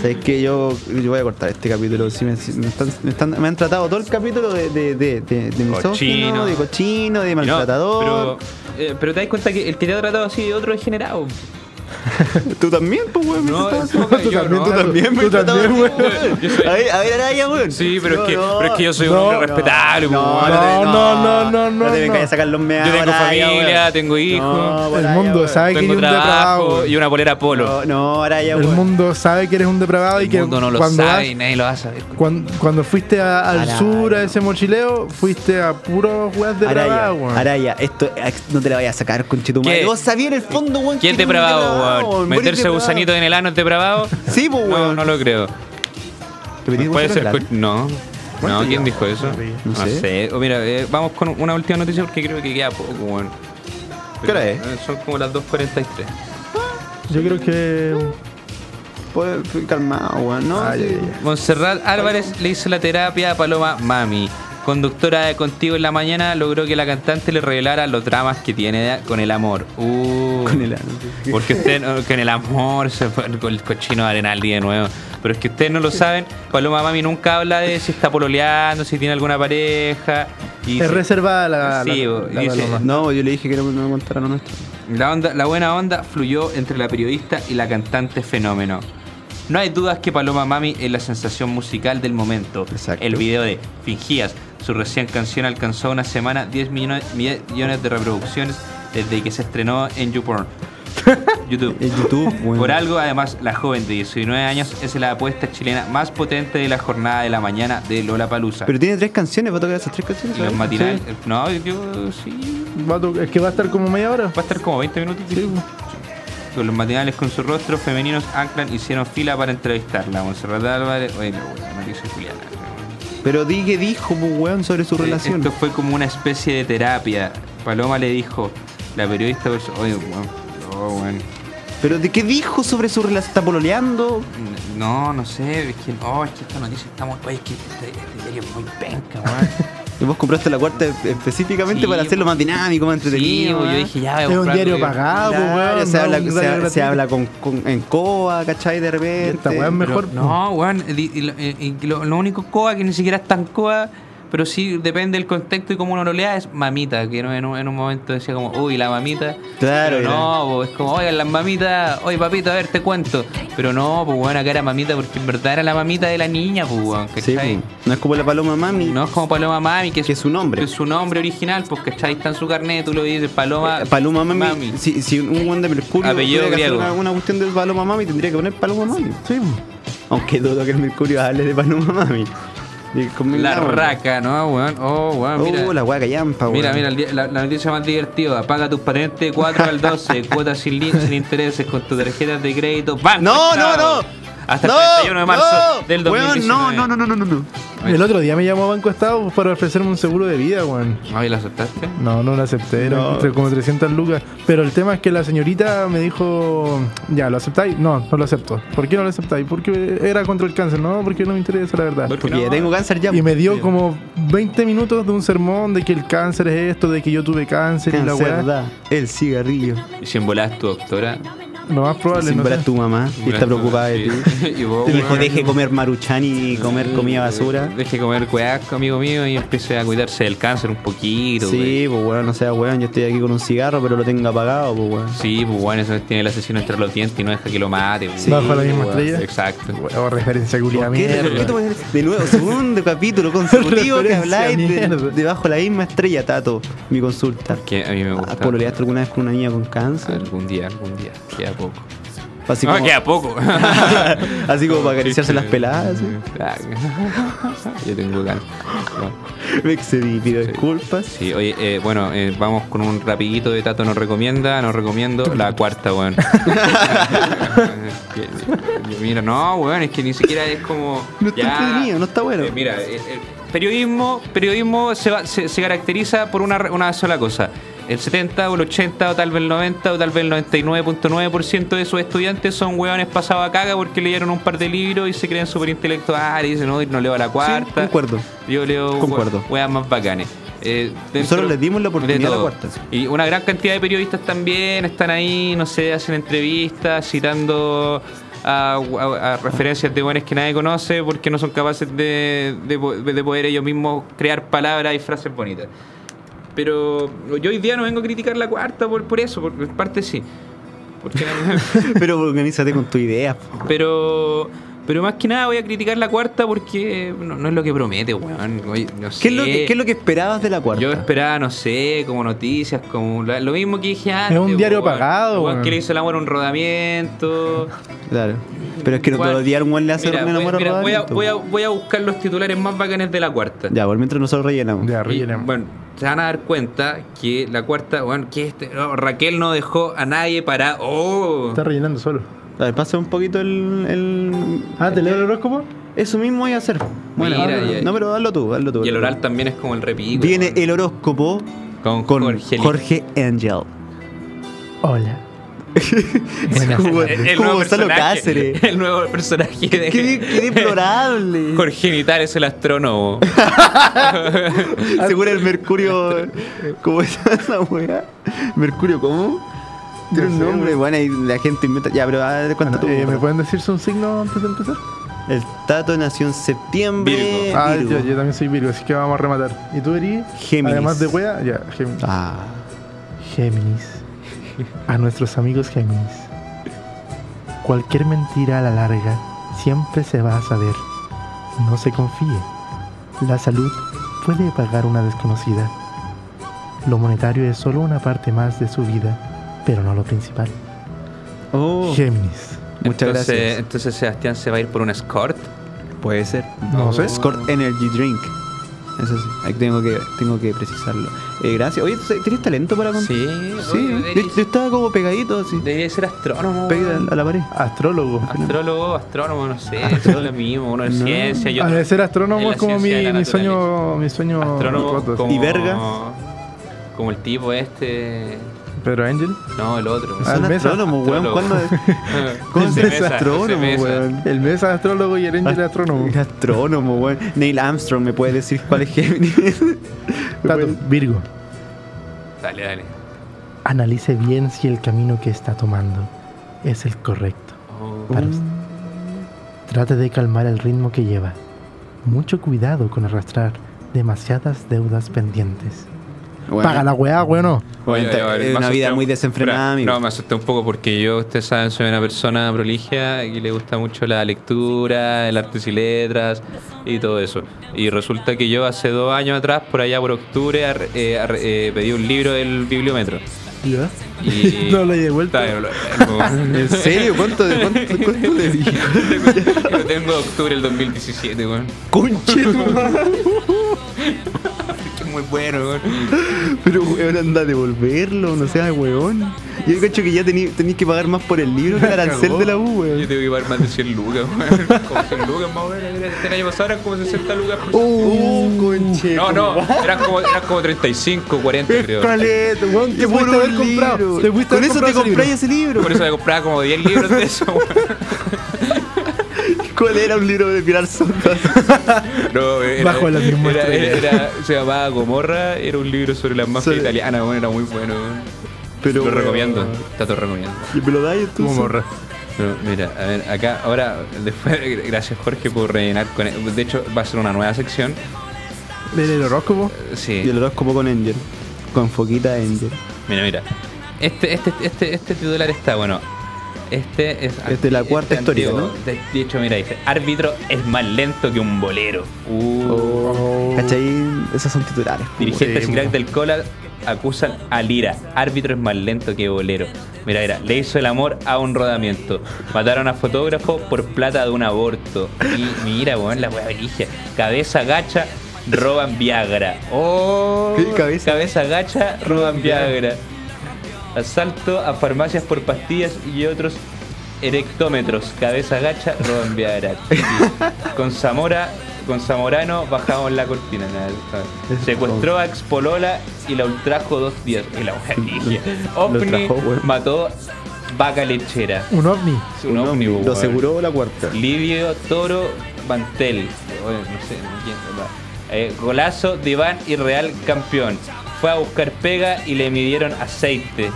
Speaker 1: Sabes que yo, yo voy a cortar este capítulo. Sí, me, me están, me, están- me han tratado todo el capítulo de, de, de, de, de misógino,
Speaker 2: Cochino.
Speaker 1: de cochino, de
Speaker 2: Y no,
Speaker 1: maltratador.
Speaker 2: pero, eh, pero te das cuenta que el que te ha tratado así de otro es generado.
Speaker 1: Tú también, pues, weón. me
Speaker 2: No,
Speaker 1: tratabas-
Speaker 2: no,
Speaker 1: tú
Speaker 2: yo
Speaker 1: también,
Speaker 2: no.
Speaker 1: tú también, me
Speaker 3: Tú
Speaker 1: tratabas
Speaker 3: también,
Speaker 1: así, weón.
Speaker 2: Yo soy-
Speaker 1: A ver, a ver, Araya, weón.
Speaker 2: Sí, pero, es, que,
Speaker 1: No,
Speaker 2: pero es que yo soy un
Speaker 3: No,
Speaker 2: hombre
Speaker 3: no,
Speaker 2: respetable. pues,
Speaker 1: No,
Speaker 2: weón.
Speaker 1: no, no,
Speaker 3: no,
Speaker 1: no,
Speaker 3: no,
Speaker 1: no.
Speaker 3: no,
Speaker 1: te vengas
Speaker 3: no.
Speaker 1: a sacar los meados.
Speaker 2: Yo tengo
Speaker 1: Araya,
Speaker 2: familia,
Speaker 1: weón.
Speaker 2: tengo hijos,
Speaker 1: No,
Speaker 3: El
Speaker 1: Araya,
Speaker 3: mundo
Speaker 1: weón.
Speaker 3: sabe que eres
Speaker 2: tengo
Speaker 3: un depravado.
Speaker 2: trabajo y una polera polo.
Speaker 1: No, no, Araya,
Speaker 3: El
Speaker 1: weón.
Speaker 3: mundo sabe que eres un depravado y
Speaker 2: el
Speaker 3: que
Speaker 2: mundo no lo
Speaker 3: cuando
Speaker 2: sabe
Speaker 3: vas-
Speaker 2: y nadie lo va a saber.
Speaker 3: Cuan- Cuando, fuiste a- al
Speaker 1: Araya,
Speaker 3: sur
Speaker 1: no.
Speaker 3: a ese mochileo, fuiste a puros weas de
Speaker 1: Araya,
Speaker 3: depravado, weón.
Speaker 1: Araya, esto eh, no te la vayas a sacar con
Speaker 2: ¿Qué?
Speaker 1: Vos sabías en el fondo, weón.
Speaker 2: ¿Quién es
Speaker 1: que eres un
Speaker 2: depravado, weón?
Speaker 1: Boris
Speaker 2: ¿Meterse
Speaker 1: depravado.
Speaker 2: gusanito en el ano es depravado?
Speaker 1: Sí, pues,
Speaker 2: No,
Speaker 1: weón.
Speaker 2: no lo creo.
Speaker 1: ¿Te metiste
Speaker 2: Puede
Speaker 1: gusano en
Speaker 2: ser.
Speaker 1: el ano?
Speaker 2: No. No,
Speaker 1: ¿Cuánto llevamos?
Speaker 2: ¿quién dijo eso?
Speaker 1: No
Speaker 2: No
Speaker 1: sé.
Speaker 2: sé. O mira, eh, vamos con una última noticia porque creo que queda poco, weón.
Speaker 1: ¿Qué hora es?
Speaker 2: Eh, Son como las 2.43.
Speaker 3: Yo creo que ah,
Speaker 1: Pues, fui calmado, weón. No,
Speaker 3: Ay,
Speaker 1: sí.
Speaker 3: ay, ay.
Speaker 2: Montserrat Álvarez le hizo la terapia a Paloma Mami. Conductora de Contigo en la Mañana logró que la cantante le revelara los dramas que tiene de- con el amor. Uh,
Speaker 1: Con el-
Speaker 2: Porque usted no- con el amor se fue con el cochino de Arenaldi de nuevo. Pero es que ustedes no lo saben, Paloma Mami nunca habla de si está pololeando, si tiene alguna pareja. Y
Speaker 3: es
Speaker 2: si-
Speaker 3: reservada la, la-
Speaker 2: Sí,
Speaker 3: la-
Speaker 2: bo,
Speaker 3: la
Speaker 2: dice-
Speaker 3: paloma.
Speaker 1: No, yo le dije que no, no me contara lo nuestro.
Speaker 2: La, onda, la buena onda fluyó entre la periodista y la cantante fenómeno. No hay dudas que Paloma Mami es la sensación musical del momento.
Speaker 1: Exacto.
Speaker 2: El video de Fingías, su recién canción alcanzó una semana 10 millones, mille- millones de reproducciones desde que se estrenó en YouPorn. YouTube.
Speaker 1: En YouTube, weón.
Speaker 2: Por algo, además, la joven de 19 años es la apuesta chilena más potente de la jornada de la mañana de Lola Palusa.
Speaker 1: Pero tiene tres canciones, va a tocar esas tres canciones.
Speaker 2: Los
Speaker 1: ¿sabes?
Speaker 2: matinales.
Speaker 1: Sí.
Speaker 2: No, yo sí.
Speaker 3: Va a to- es que va a estar como media hora.
Speaker 2: Va a estar como 20 minutos. Con los matinales con su rostro femeninos anclan hicieron fila para entrevistarla. Monserrat Álvarez. Oye, la wea, Mauricio Juliana.
Speaker 1: Pero di que dijo, pues, weón, sobre su relación.
Speaker 2: Esto fue como una especie de terapia. Paloma le dijo, la periodista. pues, Oye, weón. no, weón.
Speaker 1: Pero de qué dijo sobre su relación. Está pololeando.
Speaker 2: No, no sé. Es que, no, es que esta noticia está muy. Oye, es que este, este diario es muy penca, weón.
Speaker 1: Y vos compraste la cuarta e-, específicamente
Speaker 2: Sí,
Speaker 1: para hacerlo más dinámico, más
Speaker 2: Sí,
Speaker 1: entretenido.
Speaker 2: yo
Speaker 1: ¿eh?
Speaker 2: dije, ya voy a
Speaker 3: Es un
Speaker 2: comprar
Speaker 3: diario
Speaker 2: algo que-
Speaker 3: pagado,
Speaker 1: Claro,
Speaker 3: weón,
Speaker 1: pues, se
Speaker 3: no, pues,
Speaker 1: habla,
Speaker 3: un
Speaker 1: se-
Speaker 3: diario
Speaker 1: se
Speaker 3: gratuito.
Speaker 1: habla con, con- en coa, ¿cachai? De repente.
Speaker 3: Esta weá es mejor.
Speaker 2: Pero no, weón. di- y lo- y- y lo, lo único coa que ni siquiera es tan coa, pero sí depende del contexto y cómo uno lo lea, es mamita. Que en un- en un, en un momento decía como, uy, la mamita.
Speaker 1: Claro,
Speaker 2: Pero
Speaker 1: era.
Speaker 2: no, po, es como, oigan, las mamitas, oye, papito, a ver, te cuento. Pero no, pues weón, acá era mamita porque en verdad era la mamita de la niña, pues weón,
Speaker 1: Sí,
Speaker 2: ¿cachai?
Speaker 1: pues, no es como la paloma mami.
Speaker 2: No es como Paloma Mami, que es,
Speaker 1: Que es su nombre.
Speaker 2: que es su nombre original, pues ¿cachai? Está en su carnet, tú lo dices, Paloma.
Speaker 1: Paloma mami. Si, si un buen de Mercurio
Speaker 2: Apellido
Speaker 1: tuviera que hacer
Speaker 2: griego.
Speaker 1: una, una cuestión de paloma mami, tendría que poner paloma mami.
Speaker 3: Sí.
Speaker 1: Aunque dudo que el Mercurio hable de paloma mami. Y conmigo
Speaker 2: La
Speaker 1: nada, weón.
Speaker 2: raca, ¿no, weón? Oh, weón, mira.
Speaker 1: Oh, la guaca yampa, weón.
Speaker 2: Mira, mira, el día- la, la noticia más divertida. Paga tus patentes 4 al 12, cuotas sin, li- sin intereses con tu tarjeta de crédito. ¡Banco!
Speaker 1: No, no,
Speaker 2: Estado.
Speaker 1: no.
Speaker 2: Hasta
Speaker 1: no,
Speaker 2: el 31 de marzo
Speaker 1: no,
Speaker 2: del
Speaker 1: weón,
Speaker 2: 2019.
Speaker 1: no, no, no, no, no, no, no.
Speaker 3: El otro día me llamó Banco Estado para ofrecerme un seguro de vida, weón.
Speaker 2: Ay, ¿la aceptaste?
Speaker 3: No, no lo acepté, eran
Speaker 1: No.
Speaker 3: entre- como 300 lucas. Pero el tema es que la señorita me dijo, ya, ¿lo aceptáis? No, no lo acepto. ¿Por qué no lo aceptáis? Porque era contra el cáncer, no, porque no me interesa la verdad.
Speaker 1: Porque ya tengo cáncer ya.
Speaker 3: Y me dio
Speaker 1: Sí.
Speaker 3: como 20 minutos de un sermón de que el cáncer es esto, de que yo tuve cáncer, y la
Speaker 1: cáncer,
Speaker 3: weá.
Speaker 1: da el cigarrillo.
Speaker 2: Y si embolás tu doctora.
Speaker 3: Lo más probable, no
Speaker 1: Siembra
Speaker 3: sé.
Speaker 1: tu mamá y está preocupada de ti.
Speaker 2: Y vos,
Speaker 1: Te dijo,
Speaker 2: weón,
Speaker 1: deje comer maruchan y comer comida basura.
Speaker 2: Eh, Deje comer cueaco, amigo mío, y empiece a cuidarse del cáncer un poquito.
Speaker 1: Sí, pues weón, no sea weón, yo estoy aquí con un cigarro, pero lo tengo apagado, pues weón.
Speaker 2: Sí, pues bueno, eso tiene el asesino entre los dientes y no deja que lo mate. pues.
Speaker 1: Sí,
Speaker 3: Bajo la misma
Speaker 1: weón,
Speaker 3: estrella.
Speaker 2: Exacto.
Speaker 3: Weón, referencia culia
Speaker 1: ¿Por qué? ¿Por qué
Speaker 3: mierda.
Speaker 1: tú me- De nuevo, segundo capítulo consecutivo que
Speaker 3: Referencia
Speaker 1: habláis de,
Speaker 3: mierda.
Speaker 1: de bajo la misma estrella, Tato. Mi consulta.
Speaker 2: Que a mí me
Speaker 1: Ah,
Speaker 2: gusta.
Speaker 1: ¿Pololeaste alguna vez con una niña con cáncer?
Speaker 2: Algún día, algún día. Queda poco.
Speaker 1: Así
Speaker 2: Ah, Oh,
Speaker 1: como,
Speaker 2: queda poco.
Speaker 1: así como para acariciarse las peladas. así.
Speaker 2: Yo tengo ganas.
Speaker 1: Me excedí, pido disculpas.
Speaker 2: Sí, oye, eh, bueno, eh, vamos con un rapidito de Tato nos recomienda, nos recomiendo la cuarta, weón. Eh, mira, no, weón, es que ni siquiera es como...
Speaker 1: No está
Speaker 2: ya,
Speaker 1: entretenido, no está bueno.
Speaker 2: eh, mira, eh, eh, periodismo, periodismo se, va- se- se caracteriza por una, re- una sola cosa. El 70 o el 80 o tal vez el 90 o tal vez el 99.9% de sus estudiantes son weones pasados a caga porque leyeron un par de libros y se creen súper intelectuales y dicen, no, no leo a la cuarta.
Speaker 1: concuerdo.
Speaker 2: Yo leo
Speaker 1: Concuerdo.
Speaker 2: we- weas más bacanes. Eh, dentro
Speaker 1: Nosotros les dimos la oportunidad
Speaker 2: de
Speaker 1: a la
Speaker 2: todo.
Speaker 1: cuarta.
Speaker 2: Y una gran cantidad de periodistas también están ahí, no sé, hacen entrevistas, citando a, a- a referencias de buenas que nadie conoce porque no son capaces de, de po- de poder ellos mismos crear palabras y frases bonitas. Pero yo hoy día no vengo a criticar la cuarta por, por eso, por, por parte sí. Porque
Speaker 1: Pero pues, organízate con tu idea.
Speaker 2: pero pero más que nada voy a criticar la cuarta porque no, no es lo que promete, weón. Oye, no
Speaker 1: ¿Qué, es
Speaker 2: sé.
Speaker 1: lo que, qué es lo que esperabas de la cuarta?
Speaker 2: Yo esperaba, no sé, como noticias, como la- lo mismo que dije antes.
Speaker 3: un diario
Speaker 2: weón.
Speaker 3: pagado,
Speaker 2: Weón,
Speaker 3: weón.
Speaker 2: que le hizo el amor a un rodamiento.
Speaker 1: Claro. Pero es que no todos
Speaker 2: Weón,
Speaker 1: los días un weón le hace
Speaker 2: mira,
Speaker 1: un
Speaker 2: voy-
Speaker 1: enamoro
Speaker 2: mira, voy, a,
Speaker 1: rodamiento.
Speaker 2: voy, a, voy a buscar los titulares más bacanes de la cuarta.
Speaker 1: Ya, por mientras nosotros rellenamos.
Speaker 3: Ya,
Speaker 2: Y,
Speaker 3: rellenemos.
Speaker 2: bueno, se van a dar cuenta que la cuarta, bueno, que este, no, Raquel no dejó a nadie para. ¡Oh!
Speaker 3: Está rellenando solo.
Speaker 1: A ver, pasa un poquito el. el-
Speaker 3: Ah, ¿te leo el horóscopo?
Speaker 1: Eso mismo voy a hacer. Bueno,
Speaker 2: Mira,
Speaker 1: hazlo-
Speaker 2: ya-
Speaker 1: no, pero hazlo tú, hazlo tú.
Speaker 2: Y el oral también es como el repico.
Speaker 1: Viene el horóscopo
Speaker 2: Con
Speaker 1: con
Speaker 2: Jorge
Speaker 1: Jorge,
Speaker 2: Lee.
Speaker 1: Angel.
Speaker 3: Hola.
Speaker 1: Como, como Gonzalo
Speaker 2: personaje,
Speaker 1: Cáceres.
Speaker 2: el nuevo personaje de
Speaker 1: Qué, de- qué deplorable.
Speaker 2: Jorge Genital es el astrónomo.
Speaker 1: Seguro el Mercurio. ¿Cómo es esa weá? ¿Mercurio cómo? Tiene
Speaker 3: No
Speaker 1: un
Speaker 3: sé,
Speaker 1: nombre, bueno, y la gente inventa. Ya, pero a ver, cuenta tú.
Speaker 3: Eh, ¿Me pueden decir su signo antes de empezar?
Speaker 1: El Tato nació en septiembre.
Speaker 2: Virgo.
Speaker 3: Ah,
Speaker 1: Virgo.
Speaker 3: yo, yo también soy Virgo, así que vamos a rematar. ¿Y tú, Eri?
Speaker 1: Géminis.
Speaker 3: Además de wea, ya, Géminis.
Speaker 1: Ah.
Speaker 3: Géminis. A nuestros amigos Géminis. Cualquier mentira a la larga siempre se va a saber. No se confíe. La salud puede pagar una desconocida. Lo monetario es solo una parte más de su vida, pero no lo principal.
Speaker 1: Oh.
Speaker 3: Géminis.
Speaker 1: Muchas
Speaker 2: entonces,
Speaker 1: gracias.
Speaker 2: Entonces Sebastián se va a ir por un escort.
Speaker 1: Puede ser.
Speaker 3: No
Speaker 2: Oh.
Speaker 3: sé.
Speaker 1: Escort Energy Drink. Eso sí, ahí tengo que, tengo que precisarlo. Eh, gracias. Oye, ¿tú- ¿tienes talento para contar?
Speaker 2: Sí,
Speaker 1: Sí,
Speaker 2: oye,
Speaker 1: yo, yo estaba como pegadito así.
Speaker 2: Debería ser astrónomo.
Speaker 1: Pegado
Speaker 2: weón.
Speaker 1: a la pared.
Speaker 3: Astrólogo.
Speaker 2: Astrólogo, astrónomo, no sé, son lo mismo, uno es ciencia y
Speaker 3: A
Speaker 2: otro.
Speaker 3: ver, Ah, ser astrónomo
Speaker 2: en
Speaker 3: es
Speaker 2: la
Speaker 3: como mi,
Speaker 2: ciencia de la
Speaker 3: mi sueño, mi sueño
Speaker 2: Astrónomo
Speaker 3: roto, así.
Speaker 2: como,
Speaker 1: ¿Y vergas?
Speaker 2: Como el tipo este.
Speaker 3: Pero Angel,
Speaker 2: No, el otro.
Speaker 3: Ah,
Speaker 1: Son
Speaker 3: el mesa.
Speaker 1: astrónomos, weón.
Speaker 2: Astrólogo.
Speaker 1: ¿Cuándo es? ¿Cómo
Speaker 2: José
Speaker 1: se dice
Speaker 2: Mesa,
Speaker 1: astrónomo,
Speaker 2: José Mesa.
Speaker 1: weón?
Speaker 3: el mes astrólogo y el Angel astrónomo.
Speaker 1: Un astrónomo, weón. Neil Armstrong me puede decir cuál es Géminis.
Speaker 3: Tato, Virgo.
Speaker 2: Dale, dale.
Speaker 3: Analice bien si el camino que está tomando es el correcto
Speaker 2: Oh,
Speaker 3: para usted. Trate de calmar el ritmo que lleva. Mucho cuidado con arrastrar demasiadas deudas pendientes.
Speaker 1: Bueno,
Speaker 3: Paga la weá, bueno.
Speaker 1: bueno,
Speaker 2: Oye, oye,
Speaker 1: es
Speaker 2: me
Speaker 1: una
Speaker 2: asusté
Speaker 1: vida
Speaker 2: un-
Speaker 1: muy desenfrenada,
Speaker 2: Espera,
Speaker 1: amigo.
Speaker 2: No, me asusté un poco porque yo, ustedes saben, soy una persona prolija y le gusta mucho la lectura, el artes y letras y todo eso. Y resulta que yo hace dos años atrás, por allá por octubre, ar- eh, ar- eh, pedí un libro del bibliometro. Y
Speaker 3: No lo he devuelto.
Speaker 2: Está bien, lo-
Speaker 1: ¿En serio? ¿Cuánto, cuánto, cuánto le dije?
Speaker 2: lo tengo de octubre del 2017, weón.
Speaker 1: Conche tu madre.
Speaker 2: Que muy bueno, weón.
Speaker 1: Pero weón, anda a devolverlo, no seas weón. Y el cacho que ya tení- tenéis que pagar más por el libro que el arancel de la U,
Speaker 2: Yo
Speaker 1: weón.
Speaker 2: te voy a llevar más de 100 lucas, weón. Como 100 lucas más o menos. Este año pasado eran como 60 lucas. por-
Speaker 1: Uh, conche.
Speaker 2: Oh, No, no, eran como, eran como 35, 40 creo.
Speaker 1: Caleta, weón,
Speaker 3: Eh, Te pudiste haber comprado, te pudiste
Speaker 1: Con
Speaker 3: haber
Speaker 1: eso te
Speaker 3: comprado ese
Speaker 1: compráis ese libro.
Speaker 2: Por eso me compraba como 10 libros de eso. weón.
Speaker 1: ¿Cuál era un libro de Pilar Soto?
Speaker 2: No, era-
Speaker 3: Bajo la misma
Speaker 2: era-
Speaker 3: estrella.
Speaker 2: era- Se llamaba Gomorra, era un libro sobre las mafias
Speaker 1: Sobre-
Speaker 2: italianas, weón, era muy bueno. weón.
Speaker 1: Pero,
Speaker 2: Lo
Speaker 1: weón,
Speaker 2: recomiendo, te lo recomiendo.
Speaker 1: ¿Me lo dais entonces?
Speaker 2: Pero mira, a ver, acá, ahora, después, gracias Jorge por rellenar con. e- De hecho, va a ser una nueva sección.
Speaker 3: Del horóscopo.
Speaker 2: Sí.
Speaker 1: Y el horóscopo con Angel. Con Foquita Angel.
Speaker 2: Mira, mira. Este, este, este, este titular está bueno. Este es.
Speaker 1: Este es la cuarta
Speaker 2: antigo.
Speaker 1: histórica, ¿no?
Speaker 2: De, de hecho, mira, dice: árbitro es más lento que un bolero. Uh.
Speaker 1: Oh. ¿Cachai? Esos son titulares. po,
Speaker 2: Dirigentes
Speaker 3: Sí,
Speaker 2: y crack
Speaker 3: mo.
Speaker 2: del Cola acusan a Lira. Árbitro es más lento que bolero. Mira, mira, le hizo el amor a un rodamiento. Mataron a fotógrafo por plata de un aborto. Y mira, weón, la weá brigia. Cabeza gacha, roban Viagra. Oh,
Speaker 1: ¿Qué cabeza?
Speaker 2: gacha, roban Viagra. Asalto a farmacias por pastillas y otros erectómetros. Cabeza gacha, roban Viagra. Con Zamora, con Zamorano bajamos la cortina. Nada, nada. Secuestró a Expolola y la ultrajo dos días. Y la mujer dije. OVNI
Speaker 1: ultrajó, weón.
Speaker 2: mató vaca lechera.
Speaker 3: Un ovni.
Speaker 2: Es un ovni,
Speaker 1: weón. Lo
Speaker 2: weón.
Speaker 1: aseguró la cuarta.
Speaker 2: Livio Toro Mantel. Oye, no sé, no quién, va. Eh, golazo de Iván y Real campeón. Fue a buscar pega y le midieron aceite.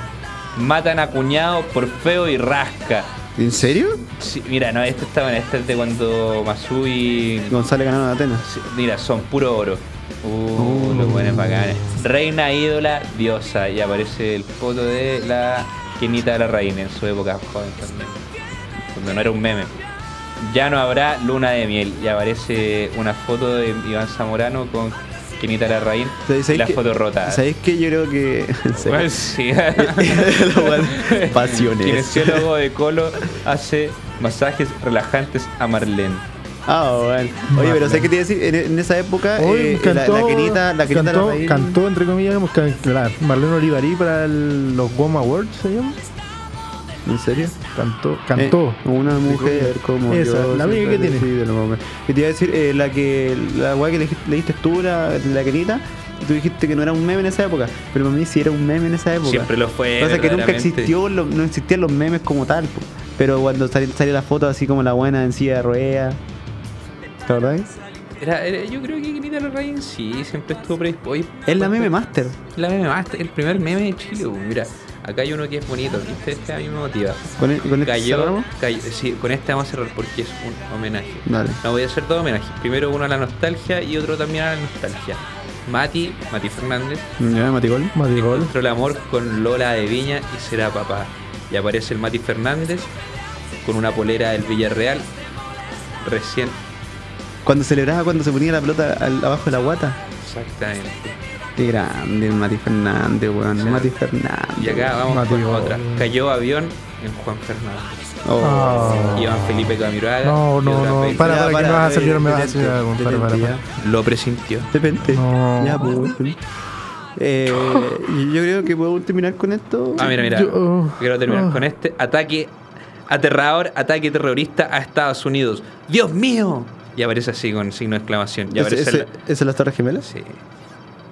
Speaker 2: Matan a cuñado por feo y rasca.
Speaker 1: ¿En serio?
Speaker 2: Sí, mira, no, esto estaba en este es de cuando Masú y.
Speaker 1: González ganaron Atenas.
Speaker 2: sí, Mira, son puro oro. Uh, los buenos bacanes. Reina ídola, diosa. Y aparece el foto de la Quinita de la Reina en su época joven también. Cuando no era un meme. Ya no habrá luna de miel. Y aparece una foto de Iván Zamorano con Quinita de la Reina.
Speaker 1: ¿Sabéis-
Speaker 2: Y
Speaker 1: sabéis
Speaker 2: la
Speaker 1: que-
Speaker 2: foto rota.
Speaker 1: ¿Sabéis qué? Yo creo que. en serio.
Speaker 2: Bueno, sí.
Speaker 1: La weá- Pasiones.
Speaker 2: Kinesiólogo de Colo hace masajes relajantes a Marlene.
Speaker 1: Ah, bueno. Oye, pero ¿sabes qué te iba a decir? En, en esa época, eh, la, la quinita, la quinita de la
Speaker 3: cantó,
Speaker 1: raíz-
Speaker 3: cantó, entre comillas, digamos, can- claro, Marlene Olivarí para el- los Goma Awards, se llama.
Speaker 1: ¿En serio?
Speaker 3: Cantó. Cantó.
Speaker 1: Eh, una mujer como
Speaker 3: Esa,
Speaker 1: yo.
Speaker 3: la única
Speaker 1: siempre
Speaker 3: que tiene.
Speaker 1: decide lo más- Y te iba a decir, eh, la que la weá que le, leíste tú, la, la querida, tú dijiste que no era un meme en esa época, pero para mí sí era un meme en esa época.
Speaker 2: Siempre lo fue,
Speaker 1: Pasa que nunca
Speaker 2: verdaderamente.
Speaker 1: existió, lo- no existían los memes como tal, po. pero cuando sal- salió la foto así como la buena en silla de ruedas. ¿Te acordás?
Speaker 2: Era- era- yo creo que Quinita Larraín sí, siempre estuvo predispuesto.
Speaker 1: Es la meme master.
Speaker 2: La meme más, el primer meme de Chile, weón. mira. Acá hay uno que es bonito, ¿viste? Este a mí me motiva.
Speaker 1: Con, el- con este
Speaker 2: Cayó,
Speaker 1: cerramos.
Speaker 2: cayó- sí, con este vamos a cerrar porque es un homenaje.
Speaker 1: Dale.
Speaker 2: No, voy a hacer dos homenajes. Primero uno a la nostalgia y otro también a la nostalgia. Mati, Mati Fernández,
Speaker 1: Ya, Matigol.
Speaker 3: Madrigal.
Speaker 2: encontró el amor con Lola de Viña y será papá. Y aparece el Mati Fernández con una polera del Villarreal recién.
Speaker 1: Cuando celebraba cuando se ponía la pelota al- abajo de la guata.
Speaker 2: Exactamente.
Speaker 1: Qué grande el Mati Fernández, weón.
Speaker 2: Sí.
Speaker 1: Mati Fernández.
Speaker 2: Y acá vamos con
Speaker 3: Mati, oh.
Speaker 2: otra. Cayó avión en Juan Fernández.
Speaker 1: Oh.
Speaker 3: Ah.
Speaker 2: Iván Felipe Camiroaga.
Speaker 3: No,
Speaker 2: y
Speaker 3: no,
Speaker 2: otra
Speaker 3: no.
Speaker 2: vez.
Speaker 3: Para,
Speaker 1: Ya,
Speaker 3: para, que
Speaker 1: para,
Speaker 3: no vas a hacer
Speaker 1: eh,
Speaker 3: llorar, me vas a
Speaker 1: detente,
Speaker 3: hacer llorar, weón. Para, para,
Speaker 1: detente,
Speaker 3: para.
Speaker 2: Lo presintió.
Speaker 1: Depende.
Speaker 3: No.
Speaker 1: Ya, pues. Eh, yo creo que podemos terminar con esto.
Speaker 2: Ah, mira, mira.
Speaker 3: Yo- oh,
Speaker 2: Quiero terminar
Speaker 3: oh.
Speaker 2: con este ataque aterrador, ataque terrorista a Estados Unidos. ¡Dios mío! Y aparece así con signo de exclamación. Y
Speaker 1: ¿Ese,
Speaker 2: aparece
Speaker 1: ese,
Speaker 2: la-
Speaker 1: ese es las Torres Gemelas?
Speaker 2: Sí,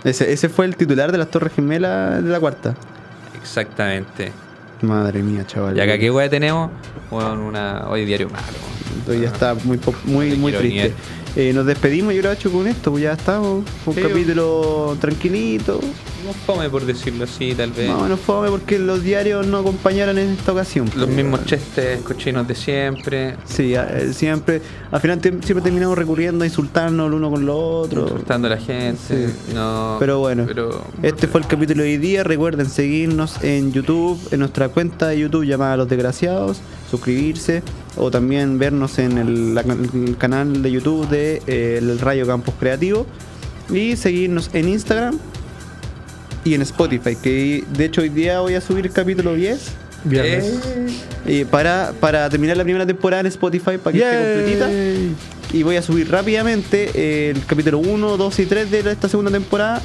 Speaker 1: Ese, ese fue el titular de las Torres Gemelas de la cuarta.
Speaker 2: exactamente.
Speaker 1: Madre mía, chaval.
Speaker 2: Y acá, ¿qué hueá tenemos? Bueno, una... Hoy diario malo.
Speaker 1: Hoy ya está muy, po- muy,
Speaker 2: Te
Speaker 1: muy
Speaker 2: quiero,
Speaker 1: triste. Eh, nos despedimos, yo lo he hecho con esto, pues ya estamos. Fue un
Speaker 2: Sí.
Speaker 1: capítulo tranquilito.
Speaker 2: No fome, por decirlo así, tal vez.
Speaker 1: Más o menos fome porque los diarios no acompañaron en esta ocasión.
Speaker 2: Los
Speaker 1: pues,
Speaker 2: mismos
Speaker 1: weón.
Speaker 2: chestes cochinos de siempre.
Speaker 1: Sí, a- eh, siempre. Al final te- siempre terminamos recurriendo a insultarnos el uno con lo otro.
Speaker 2: Insultando a la gente.
Speaker 1: Sí.
Speaker 2: No,
Speaker 1: Pero bueno,
Speaker 2: pero-
Speaker 1: este fue el capítulo de hoy día. Recuerden seguirnos en YouTube, en nuestra cuenta de YouTube llamada Los Desgraciados, suscribirse o también vernos en el, la- el canal de YouTube de eh, El Rayo Campus Creativo y seguirnos en Instagram y en Spotify. Que de hecho hoy día voy a subir el capítulo 10
Speaker 3: Viernes.
Speaker 2: Eh,
Speaker 1: eh, para, para terminar la primera temporada en Spotify para que esté completita.
Speaker 3: Yay.
Speaker 1: Y voy a subir rápidamente eh, el capítulo 1, 2 y 3 de esta segunda temporada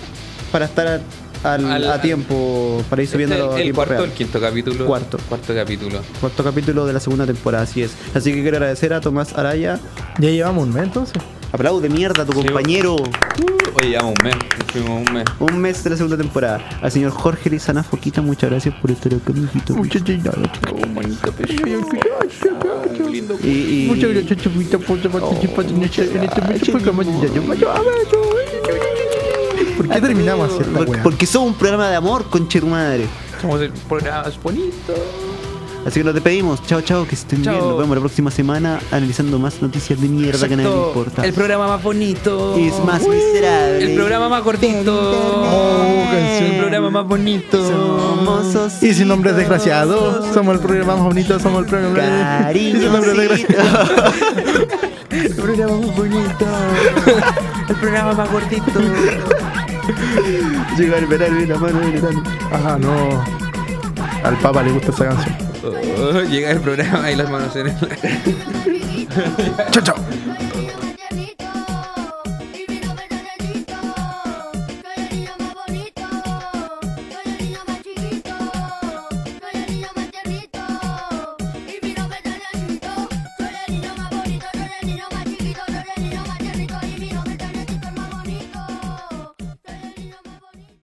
Speaker 1: para estar al- al-
Speaker 2: Al-
Speaker 1: a tiempo, para ir
Speaker 2: Este es
Speaker 1: subiendo
Speaker 2: el, el cuarto, el quinto capítulo.
Speaker 1: Cuarto.
Speaker 2: Cuarto capítulo.
Speaker 1: Cuarto capítulo de la segunda temporada, así es. Así que quiero agradecer a Tomás Araya.
Speaker 3: Ya llevamos un mes entonces.
Speaker 1: Aplaude mierda a tu
Speaker 2: Sí.
Speaker 1: compañero.
Speaker 2: Oye, llevamos un mes, nos fuimos un mes.
Speaker 1: Un mes de la segunda temporada. Al señor Jorge Lizana Foquita, muchas gracias por estar acá, mijito. Y, y-
Speaker 3: Muchas gracias, Chupita, por
Speaker 1: Oh,
Speaker 3: participar en este en este bello programa de Yayo Mayo. Abrazo. ¿Por qué terminamos así esta
Speaker 1: porque,
Speaker 3: weá?
Speaker 1: porque somos un programa de amor, conche tu madre.
Speaker 2: Somos el programa es bonito.
Speaker 1: Así que nos despedimos. Chao, chao, que estén
Speaker 2: Chao.
Speaker 1: bien. Nos vemos la próxima semana analizando más noticias de mierda que a nadie le
Speaker 2: Exacto.
Speaker 1: importa.
Speaker 2: El programa más bonito.
Speaker 1: es más miserable.
Speaker 2: El programa más cortito.
Speaker 3: Oh, canción.
Speaker 2: El programa más bonito.
Speaker 1: Somos ositos.
Speaker 3: Y sin nombres desgraciados, somos el programa más bonito, somos el programa. Y sin nombres desgraciados.
Speaker 1: Cariño.
Speaker 3: El programa más bonito.
Speaker 2: El programa más cortito.
Speaker 1: Llega el verano y la mano del verano.
Speaker 3: Ajá, no. Al Papa le gusta esa canción.
Speaker 2: Oh, llega el programa y las manos en el.
Speaker 3: Chao, chao.
Speaker 5: Thank